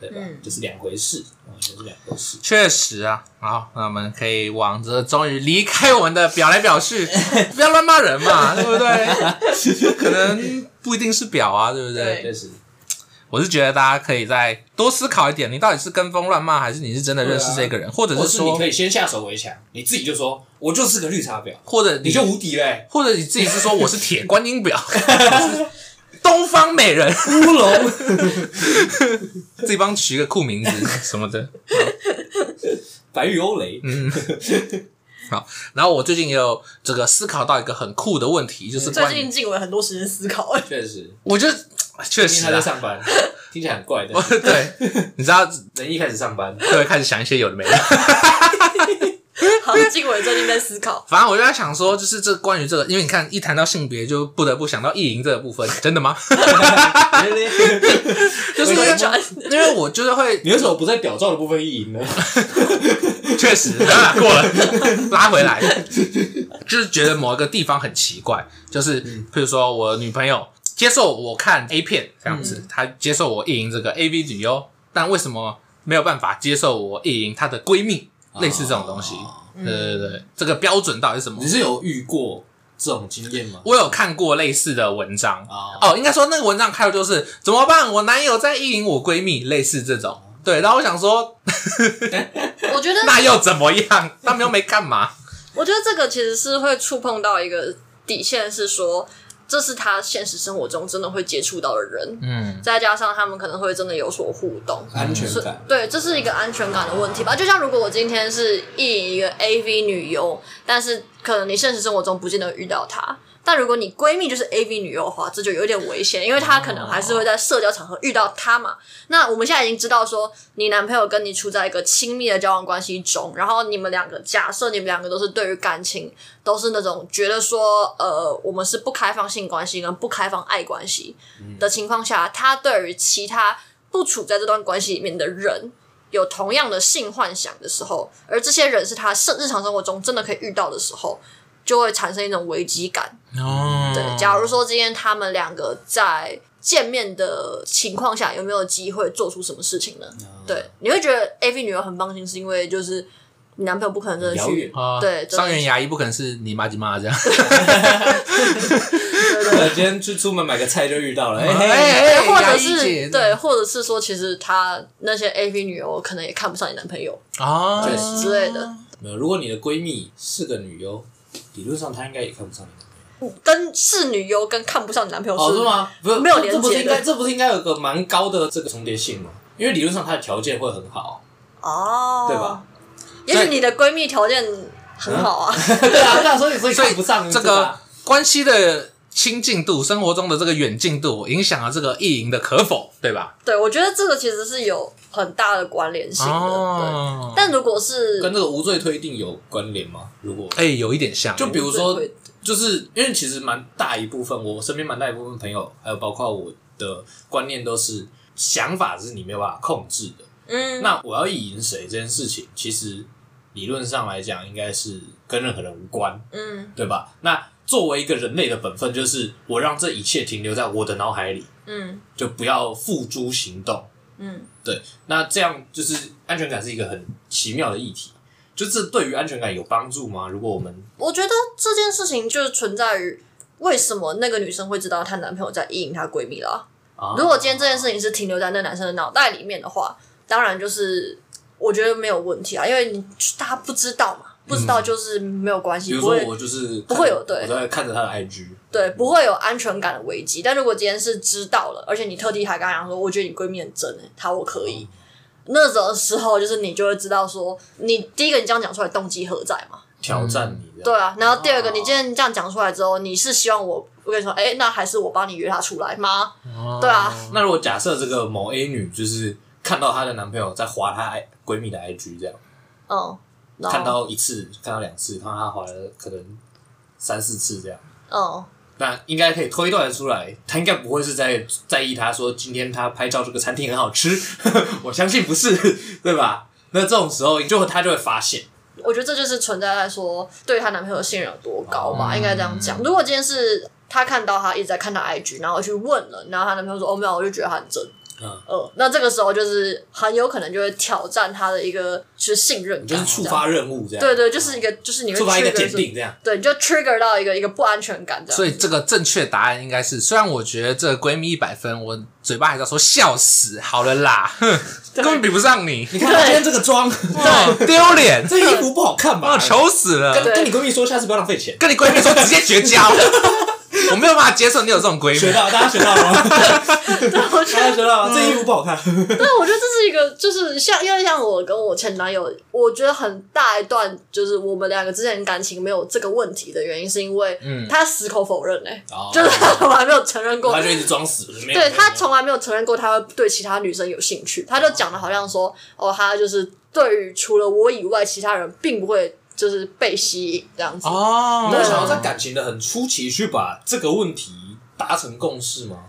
B: 对吧？
C: 嗯
B: 这是两回事，我觉得是两回事。
A: 确实啊，好，那我们可以往这终于离开我们的表来表去， 不要乱骂人 嘛，对不对？可能不一定是表啊，对不对？
C: 对
B: 确实，
A: 我是觉得大家可以再多思考一点，你到底是跟风乱骂，还是你是真的认识这个人，或者
B: 或者
A: 是
B: 啊是你
A: 说
B: 可，以先下手为强，你自己就说我就是个绿茶婊。
A: 或者
B: 你就无敌嘞、
A: 或者你自己是说我是铁观音 表，我是东方美人 乌龙，自己帮取一个酷名字什么的。
B: 白玉欧雷，
A: 嗯，好。然后我最近也有这个思考到一个很酷的问题，就是
C: 嗯最
A: 关于
C: 近静文很多时间思考， 哎，
B: 确、实，
A: 我就确
B: 因为
A: 实
B: 他 在
A: 啊，
B: 上班，听起来很怪的
A: 我。 对，你知道
B: 人一开始上 班，
A: 就会开始想一些有的没 的。
C: 好，静文最近在思考，
A: 反正我就在想说，就是这关于这个，因为你看一谈到性别，就不得不想到意淫这个部分， 真的吗？就是因为
C: 回转
A: 因为我就是 会
B: 你为什么不在屌照的部分意淫呢？
A: 确实，啊过了， 拉回来，就是觉得某一个地方很奇怪，就是譬如说我女朋友接受我看 A 片这样子，她接受我意淫这个 AV 女优，但为什么没有办法接受我意淫她的闺蜜？类似这种东西，
B: 哦
A: 对对对，这个标准到底是什么
B: 你？是有遇过这种经验吗？
A: 我有看过类似的文章
B: 哦
A: 哦，应该说那个文章开头就是怎么办？我男友在意淫我闺蜜，类似这种。对，然后我想说，
C: 我觉得
A: 那又怎么样？他们又没干嘛。
C: 我觉得这个其实是会触碰到一个底线，是说这是他现实生活中真的会接触到的人，
A: 嗯，
C: 再加上他们可能会真的有所互动。
B: 安全
C: 所以
B: 感，
C: 对，这是一个安全感的问题吧。就像如果我今天是一一个 AV 女优，但是可能你现实生活中不见得遇到她。但如果你闺蜜就是 AV 女优的话，这就有点危险，因为她可能还是会在社交场合遇到她嘛。那我们现在已经知道说，你男朋友跟你处在一个亲密的交往关系中，然后你们两个假设你们两个都是对于感情都是那种觉得说，呃，我们是不开放性关系跟不开放爱关系的情况下，他对于其他不处在这段关系里面的人有同样的性幻想的时候，而这些人是他生日常生活中真的可以遇到的时候，就会产生一种危机感。
A: 哦，
C: 对，假如说今天他们两个在见面的情况下，有没有机会做出什么事情呢？对，你会觉得 AV 女优很放心，是因为就是你男朋友不可能真的
B: 遥远
C: 去，
A: 啊，
C: 对真的
A: 伤员牙医不可能是你妈鸡妈这样。
B: 我今天去出门买个菜就遇到了，哎、嘿
A: 哎
C: 对，或者
A: 牙医姐
C: 是对，或者是说，其实他那些 AV 女优可能也看不上你男朋友
A: 啊，
B: 对
C: 之类的，
B: 没有。如果你的闺蜜是个女优，理论上她应该也看不上你。
C: 跟是女优跟看不上你男朋友
B: 哦，是吗？不是，
C: 没有
B: 这
C: 连
B: 不是
C: 接
B: 应该，
C: 的
B: 这不是应该有个蛮高的这个重叠性吗？因为理论上她的条件会很好，
C: 哦，
B: 对吧？？
C: 也许你的闺蜜条件很好啊，
B: 对啊，对啊，所以所以
A: 所以
B: 看不上
A: 这
B: 个
A: 个
B: 啊。
A: 关系的亲近度、生活中的这个远近度，影响了这个意淫的可否，对吧？
C: 对我觉得这个其实是有很大的关联性的。对，
A: 哦，
C: 但如果是
B: 跟这个无罪推定有关联吗？如果
A: 哎、有一点像，
B: 就比如说
C: 对对，
B: 就是因为其实蛮大一部分，我身边蛮大一部分朋友，还有包括我的观念都是想法是你没有办法控制的。
C: 嗯，
B: 那我要意淫谁这件事情，其实理论上来讲，应该是跟任何人无关，
C: 嗯
B: 对吧？那作为一个人类的本分，就是我让这一切停留在我的脑海里，
C: 嗯
B: 就不要付诸行动。
C: 嗯
B: 对，那这样就是安全感是一个很奇妙的议题。就这对于安全感有帮助吗？如果我们
C: 我觉得这件事情就是存在于为什么那个女生会知道她男朋友在意淫她闺蜜啦。
B: 啊，
C: 如果今天这件事情是停留在那男生的脑袋里面的话，当然就是我觉得没有问题啊，因为你大家不知道嘛，不知道就是没有关
B: 嗯比
C: 系，
B: 如
C: 不
B: 说
C: 会
B: 我就是
C: 不会有
B: 看
C: 对
B: 我在看着他的 IG，
C: 对不会有安全感的危机。但如果今天是知道了，而且你特地还跟他讲说，我觉得你闺蜜很真诶、她我可
B: 哦
C: 以。那种时候，就是你就会知道说，你第一个你这样讲出来动机何在嘛？
B: 挑战你，
C: 对，啊，然后第二个，
B: 哦
C: 你今天这样讲出来之后，你是希望我，我跟你说，哎、那还是我帮你约她出来吗？
A: 哦
C: 对啊，
B: 那如果假设这个某 A 女就是看到她的男朋友在划她 I- 闺蜜的 IG 这样，
C: 嗯，然后
B: 看到一次，看到两次，看到她划了可能三四次这样，
C: 嗯，
B: 那应该可以推断得出来，她应该不会是在在意她说今天她拍照这个餐厅很好吃， 我相信不是，对吧？那这种时候就她就会发现，
C: 我觉得这就是存在在说对她男朋友的信任有多高吧，
A: 哦
C: 应该这样讲。如果今天是她看到她一直在看她 IG，然后去问了，然后她男朋友说哦没有，我就觉得她很真。
B: 嗯
C: 呃，那这个时候就是很有可能就会挑战她的一个就是信任感，
B: 就是触
C: 这样。
B: 发任务这样，
C: 对对，就是一个就是你会
B: 触发一个
C: trigger
B: 检
C: 是
B: 定这样，
C: 对，你就 trigger 到一个一个不安全感这样。
A: 所以这个正确答案应该是，虽然我觉得这个闺蜜一百分，我嘴巴还在说笑死，好了啦，哼根本比不上你，
B: 你看她今天这个妆，
A: 对，丢脸，
B: 这衣服不好看吧？
A: 我糗死了，
B: 跟
C: 对
B: 跟你闺蜜说，下次不要浪费 钱。
A: 跟你闺蜜说直接绝交，我没有办法接受你有这种闺
B: 学
A: 蜜，
B: 到，大家学到了吗？
C: 我觉
B: 大家
C: 得嗯
B: 学到了吗？这衣服不好看。
C: 但我觉得这是一个，就是像因为像我跟我前男友，我觉得很大一段就是我们两个之前感情没有这个问题的原因，是因为
A: 嗯
C: 他死口否认哎、
B: 哦
C: 就是 他从来没有承认过，
B: 他就一直装死，没有
C: 对他从来没有承认过他会对其他女生有兴趣，他就讲的好像说哦，他就是对于除了我以外，其他人并不会就是被吸引这样子。
A: 哦
B: 没有想要在感情的很初期去把这个问题达成共识吗？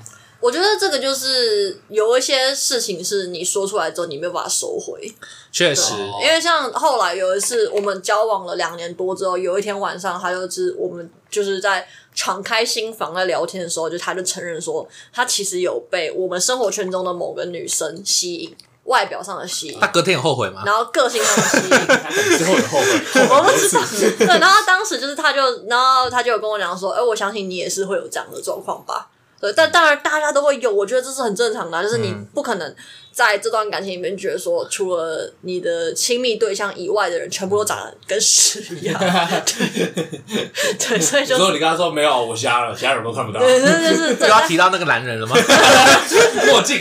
C: 我觉得这个就是有一些事情是你说出来之后，你没有办法收回。
A: 确实，
B: 哦
C: 因为像后来有一次，我们交往了两年多之后，有一天晚上，他就是我们就是在敞开心房在聊天的时候，就他就承认说，他其实有被我们生活圈中的某个女生吸引，外表上的吸 引
A: 那，隔天有后悔吗？
C: 然后个性上的吸引。
B: 最后有后悔，
C: 我不知道，对，然后当时就是他就，然后他就有跟我讲说，哎、我相信你也是会有这样的状况吧。对，但当然大家都会有，我觉得这是很正常的啊、就是你
A: 嗯
C: 不可能在这段感情里面觉得说，除了你的亲密对象以外的人，全部都长得跟屎一 样。对，所以就
B: 之后
C: 是，
B: 你跟他说没有，我瞎了，其他人都看不到，
A: 啊
C: 对，这 就是
A: 又
C: 这，
A: 要提到那个男人了吗？
B: 墨镜。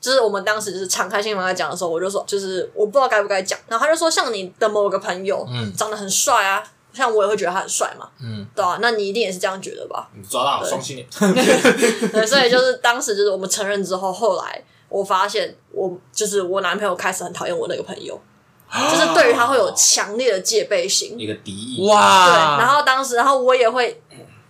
C: 就是我们当时就是敞开心房在讲的时候，我就说，就是我不知道该不该讲，然后他就说，像你的某个朋友，
A: 嗯
C: 长得很帅啊，像我也会觉得他很帅嘛，
A: 嗯，
C: 对啊，那你一定也是这样觉得吧？
B: 你抓到了双性恋，
C: 对，所以就是当时就是我们承认之后，后来我发现我就是我男朋友开始很讨厌我那个朋友， 就是对于他会有强烈的戒备心。
B: 哦一个敌意。
A: 哇，
C: 对，
B: 啊
C: 然后当时，然后我也会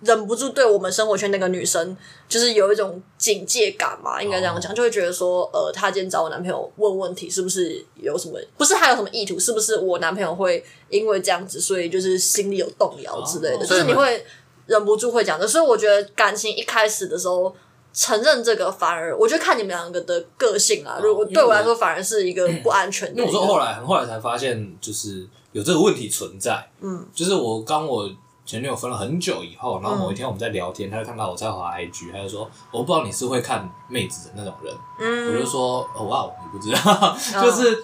C: 忍不住对我们生活圈那个女生，就是有一种警戒感嘛，应该这样
B: 哦
C: 讲，就会觉得说，呃，她今天找我男朋友问问题，是不是有什么？不是她有什么意图？是不是我男朋友会因为这样子，所以就是心里有动摇之类的？
B: 哦
C: 就是你会忍不住会讲的。所以我觉得感情一开始的时候。承认这个反而，我觉得看你们两个的个性啊，如
B: 哦
C: 果
B: 因为
C: 对我
B: 我
C: 来说反而是一个不安全的一
B: 因
C: 个。
B: 为我说后来，很后来才发现，就是有这个问题存在。
C: 嗯，
B: 就是我刚我前女友分了很久以后，然后某一天我们在聊天，她就看到我在滑 IG，她就说：“我不知道你是会看妹子的那种人。”我就
C: 嗯，
B: 说，哦哇，我不知道，就是。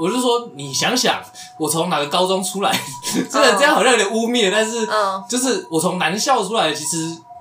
B: 我就说，你想想，我从哪个高 中出来？虽然这样好像有点污蔑，但是
C: 嗯
B: 就是我从男校出来，其实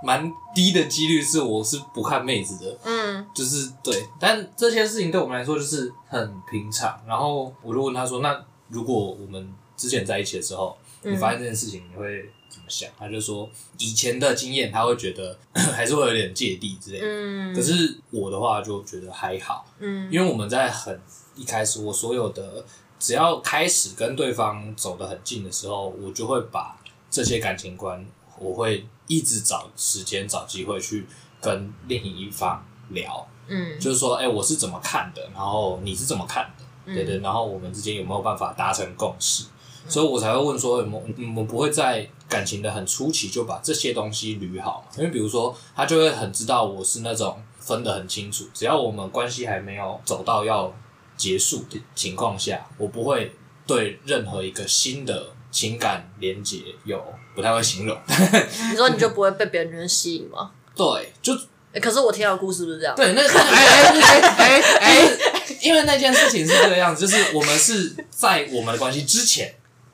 B: 蛮低的几率是我是不看妹子的，
C: 嗯，
B: 就是对。但这些事情对我们来说就是很平常。然后我就问他说：“那如果我们之前在一起的时候，
C: 嗯
B: 你发现这件事情，你会怎么想？”他就说 以前的经验，他会觉得还是会有点芥蒂之类的。
C: 嗯
B: 可是我的话就觉得还好，
C: 嗯
B: 因为我们在很一开始，我所有的只要开始跟对方走得很近的时候，我就会把这些感情观，我会一直找时间找机会去跟另一方聊，
C: 嗯
B: 就是说，哎、我是怎么看的，然后你是怎么看的，对
C: 嗯
B: 对，然后我们之间有没有办法达成共识？所以我才会问说，有没有嗯我们不会在感情的很初期就把这些东西捋好嘛？因为比如说，他就会很知道我是那种分得很清楚，只要我们关系还没有走到要结束的情况下，我不会对任何一个新的情感连接有不太会形容。
C: 你说你就不会被别人吸引吗？
B: 对，就
C: 欸可是我听到的故事不是这样，
B: 对，那哎
A: 哎哎哎哎，
B: 因为那件事情是这个样子，就是我们是在我们的关系之前，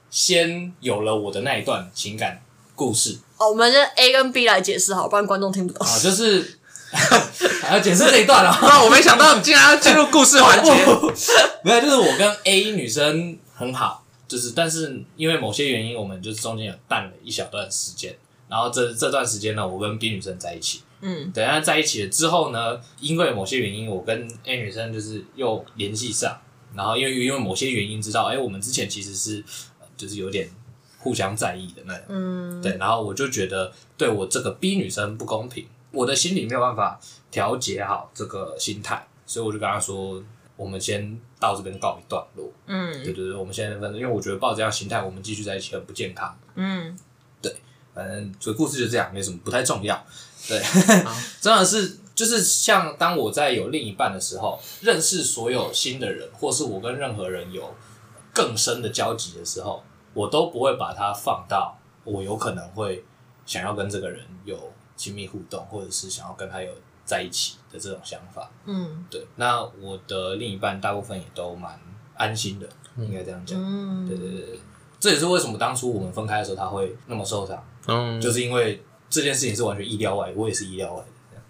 B: 先有了我的那一段情感故事
C: 哦，我们先 A 跟 B 来解释好，不然观众听不懂。
B: 啊，就是 还要解释这一段啊，
A: 那我没想到你竟然要进入故事环节。
B: 没有，就是我跟 A 女生很好，就是但是因为某些原因，我们就是中间有淡了一小段时间，然后这这段时间呢，我跟 B 女生在一起，
C: 嗯
B: 等下在一起了之后呢，因为某些原因，我跟 A 女生就是又联系上，然后因为因为某些原因知道，哎、我们之前其实是呃就是有点互相在意的那种，
C: 嗯
B: 对，然后我就觉得对我这个 B 女生不公平，我的心里没有办法调节好这个心态，所以我就跟她说，我们先到这边告一段落，
C: 嗯
B: 对对对，我们现在分手，因为我觉得抱这样心态，我们继续在一起很不健康，
C: 嗯
B: 反正这故事就这样，没什么，不太重要。对， 真的是就是像当我在有另一半的时候，认识所有新的人，或是我跟任何人有更深的交集的时候，我都不会把它放到我有可能会想要跟这个人有亲密互动，或者是想要跟他有在一起的这种想法。
C: 嗯
B: 对，那我的另一半大部分也都蛮安心的，应该这样讲。
C: 嗯，
B: 对对对对，这也是为什么当初我们分开的时候他会那么受伤。
A: 嗯，
B: 就是因为这件事情是完全意料外，我也是意料外 的。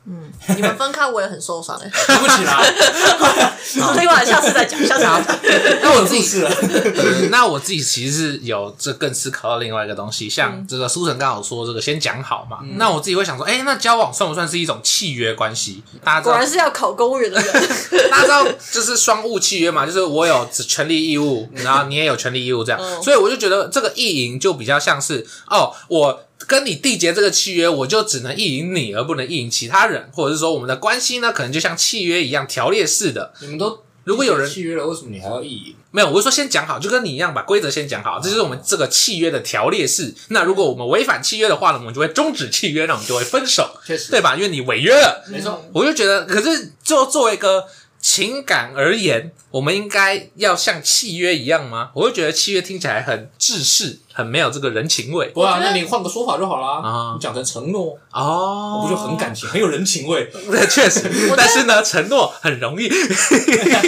C: 嗯，你们分开我也很受伤 哎。
B: 对不起啦，
C: 另外，下次再讲，下次再讲。
B: 那我有故事 啊了。
A: 对嗯那我自己其实是有这更思考到另外一个东西，
C: 嗯
A: 像这个苏晨刚好说这个先讲好嘛，那我自己会想说，哎、那交往算不算是一种契约关系？大家知
C: 果
A: 道
C: 然是要考公务员 的人。
A: 大家知道就是双务契约嘛，就是我有权利义务，然后你也有权利义务这样，
C: 嗯
A: 所以我就觉得这个意淫就比较像是哦，我跟你缔结这个契约，我就只能意淫你，而不能意淫其他人，或者是说我们的关系呢，可能就像契约一样条列式的。
B: 你们都
A: 如果有人
B: 契约了，为什么你还要意淫？
A: 没有，我是说先讲好，就跟你一样，把规则先讲
B: 嗯
A: 好，这就是我们这个契约的条列式。那如果我们违反契约的话呢，我们就会终止契约，那我们就会分手，
B: 确实
A: 对吧？因为你违约了。
B: 没错，
C: 嗯
A: 我就觉得，可是就作为一个情感而言，我们应该要像契约一样吗？我会觉得契约听起来很制式，很没有这个人情味
B: 不会啊，
C: 我觉得
B: 那你换个说法就好啦。
A: 啊
B: 你讲成承诺，
A: 哦
B: 我不就很感情，很有人情味？
A: 对， 确实，但是呢，承诺很容易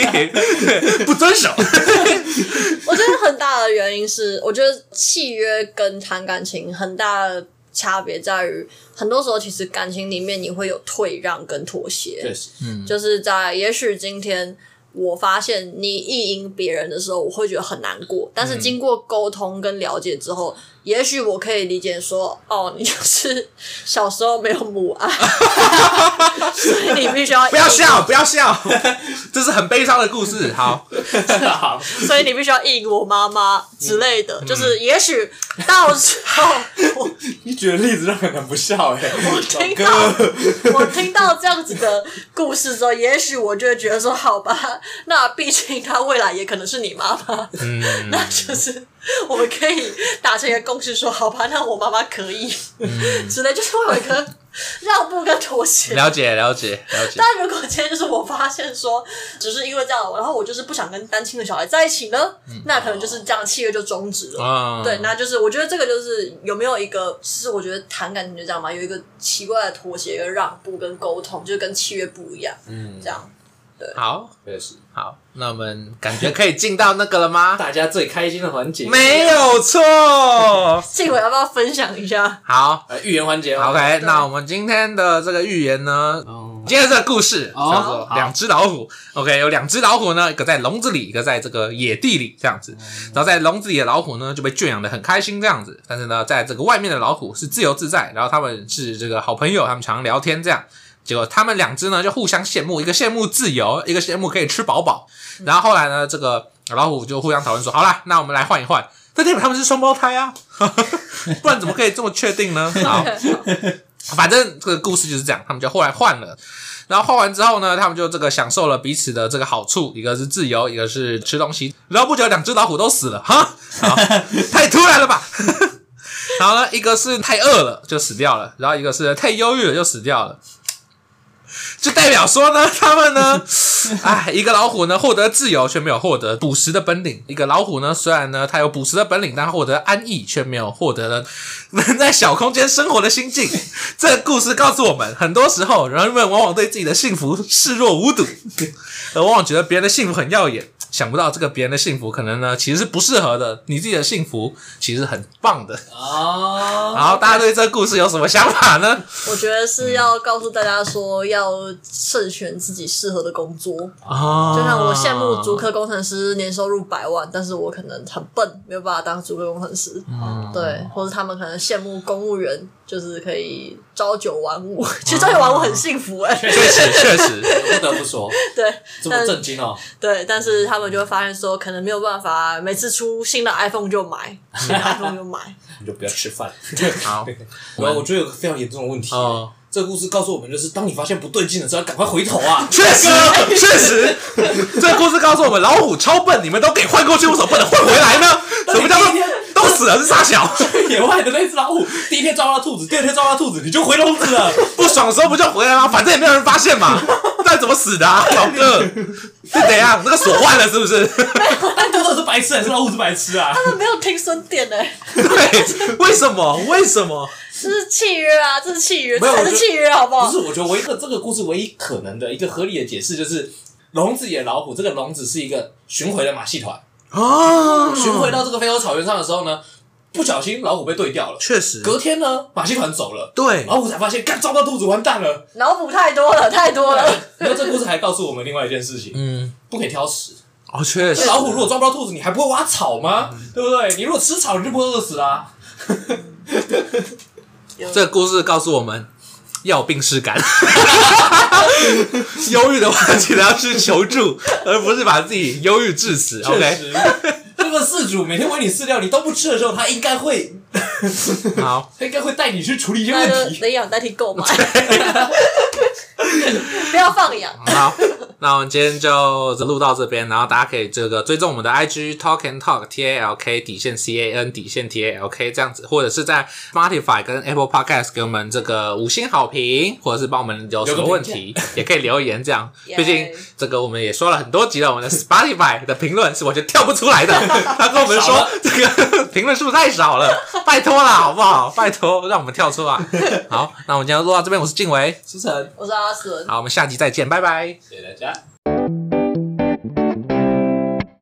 A: 不遵守。
C: 我觉得很大的原因是，我觉得契约跟谈感情很大的差别在于，很多时候其实感情里面你会有退让跟妥
B: 确
C: 协，
B: 实，
C: 就是在也许今天。我发现你意淫别人的时候，我会觉得很难过。但
A: 嗯
C: 是经过沟通跟了解之后，也许我可以理解说，哦，你就是小时候没有母爱， 所以你必须要
A: 不要 笑，不要笑，这是很悲伤的故 事。好，
B: 好，
A: 嗯
C: 所以你必须要应我妈妈之类的，就是也许到时候我
B: 你举的例子让人很不笑哎、
C: 听
B: 欸，
C: 到
B: 老哥，
C: 我听到这样子的故事之后，也许我就会觉得说，好吧， 那毕竟她未来也可能是你妈妈， 那就是我们可以达成一个共识说好吧，那我妈妈可以、 之类，就是会有一个让步跟妥协。
A: 了解，了解，了解。
C: 但如果今天就是我发现说，只是因为这样，然后我就是不想跟单亲的小孩在一起呢，那可能就是这样契约就终止了。
A: 嗯，
C: 对，那就是我觉得这个就是有没有一个，其实我觉得谈感情就这样嘛，有一个奇怪的妥协跟让步跟沟通，就是跟契约不一样，
B: 嗯
C: 这样。
A: 好
B: 确实，
A: 好，那我们感觉可以进到那个了 吗？
B: 大家最开心的环节
A: 没，有错。
C: 这回要不要分享一下？
A: 好
B: 呃，预言环节吗
A: ，OK，那我们今天的这个寓言呢，
B: 哦，
A: 今天这个故事
B: 哦
A: 叫做
B: 好
A: 两只老虎。OK，有两只老虎呢，一个在笼子里，一个在这个野地里这样子。
B: 哦
A: 然后在笼子里的老虎呢就被圈养的很开心这样子，但是呢，在这个外面的老虎是自由自在，然后他们是这个好朋友，他们常聊天这样。结果他们两只呢就互相羡慕，一个羡慕自由，一个羡慕可以吃饱饱。
B: 嗯
A: 然后后来呢，这个老虎就互相讨论说：“好啦，那我们来换一换。”这代表他们是双胞胎啊， 不然怎么可以这么确定呢？好，反正这个故事就是这样，他们就后来换了。然后换完之后呢，他们就这个享受了彼此的这个好处，一个是自由，一个是吃东西。然后不久，两只老虎都死了，哈，好太突然了吧？ 然后呢，一个是太饿了就死掉了，然后一个是太忧郁了就死掉了。就代表说呢，他们呢， 哎，一个老虎呢获得自由，却没有获得捕食的本领；一个老虎呢，虽然呢它有捕食的本领，但获得安逸，却没有获得了 能在小空间生活的心境。这个故事告诉我们，很多时候人们往往对自己的幸福视若无睹，而往往觉得别人的幸福很耀眼，想不到这个别人的幸福可能呢其实是不适合的，你自己的幸福其实很棒的。
B: 哦，
A: 然后大家对这个故事有什么想法呢？
C: 我觉得是要告诉大家说，要慎选自己适合的工作。
A: 哦
C: 就像我羡慕足科工程师年收入百万，但是我可能很笨，没有办法当足科工程师。对，或者他们可能羡慕公务员，就是可以朝九晚五。 其实朝九晚五很幸福哎、
A: 确实确实，
B: 不得不说，
C: 对
B: 这么震惊哦，
C: 对，但是他们就会发现说，可能没有办法每次出新的 iPhone 就 买，新的 iPhone 就买。
B: 你就不要吃饭。
A: 好
B: 然后我觉得有个非常严重的问题，
A: 哦，！
B: 这个故事告诉我们，就是当你发现不对劲的时候，要赶快回头啊
A: 确实确实，这个故事告诉我们，老虎超笨，你们都给换过去，为什么不能换回来呢？什么叫做都死了是傻小？
B: 野外的那只老虎，第一天抓到兔子，第二天抓到兔子，你就回笼子了。
A: 不爽的时候不就回来吗？反正也没有人发现嘛。那怎么死的啊，老哥？是怎样？那个锁换了是不是？
B: 但兔子哎是白痴还是老虎是白痴啊？
C: 他们没有停损点哎、
A: 对，为什么？为什么？
C: 这是契约啊，这是契约，
B: 没有
C: 这才
B: 我
C: 是
B: 觉得
C: 契约好不好？
B: 不是，我觉得唯一的这个故事唯一可能的一个合理的解释就是，笼子野老虎这个笼子是一个巡回的马戏团，
A: 哦，
B: 巡回到这个非洲草原上的时候呢，不小心老虎被对掉了。
A: 确实，
B: 隔天呢，马戏团走了，
A: 对，
B: 老虎才发现，干抓到兔子完蛋 了。
C: 脑补太多了，太多了。
B: 然后这故事还告诉我们另外一件事情，
A: 嗯，
B: 不可以挑食。
A: 哦，确实
B: 那，老虎如果抓不到兔子，你还不会挖草吗？对不对？你如果吃草，你就不会饿死啊啦、
A: 这个故事告诉我们。要有病耻感， 忧郁的话，记得要去求助，而不是把自己忧郁致死。
B: 确
A: OK，
B: 实，这个饲主每天喂你饲料，你都不吃的时候，他应该会，
A: 好，
B: 他应该会带你去处理一些
C: 那
B: 问
C: 就
B: 题。
C: 领养代替购 买，不要放养。
A: 好，那我们今天就录到这边，然后大家可以这个追踪我们的 IG Talk and Talk T A L K 底线 C A N 底线 T A L K 这样子，或者是在 Spotify 跟 Apple Podcast 给我们这个五星好评，或者是帮我们有什么问题，也可以留言这样。
C: Yeah
A: 毕竟这个我们也说了很多集了，我们的 Spotify 的评论是完全跳不出来的，他跟我们
B: 少
A: 说
B: 了
A: 这个 评论数太少了，拜托啦，好不好？拜托，让我们跳出来。好，那我们今天就录到这边，我是静伟，
B: 思成，
C: 我是阿伦，
A: 好，我们下集再见，拜拜。
B: 谢谢大家。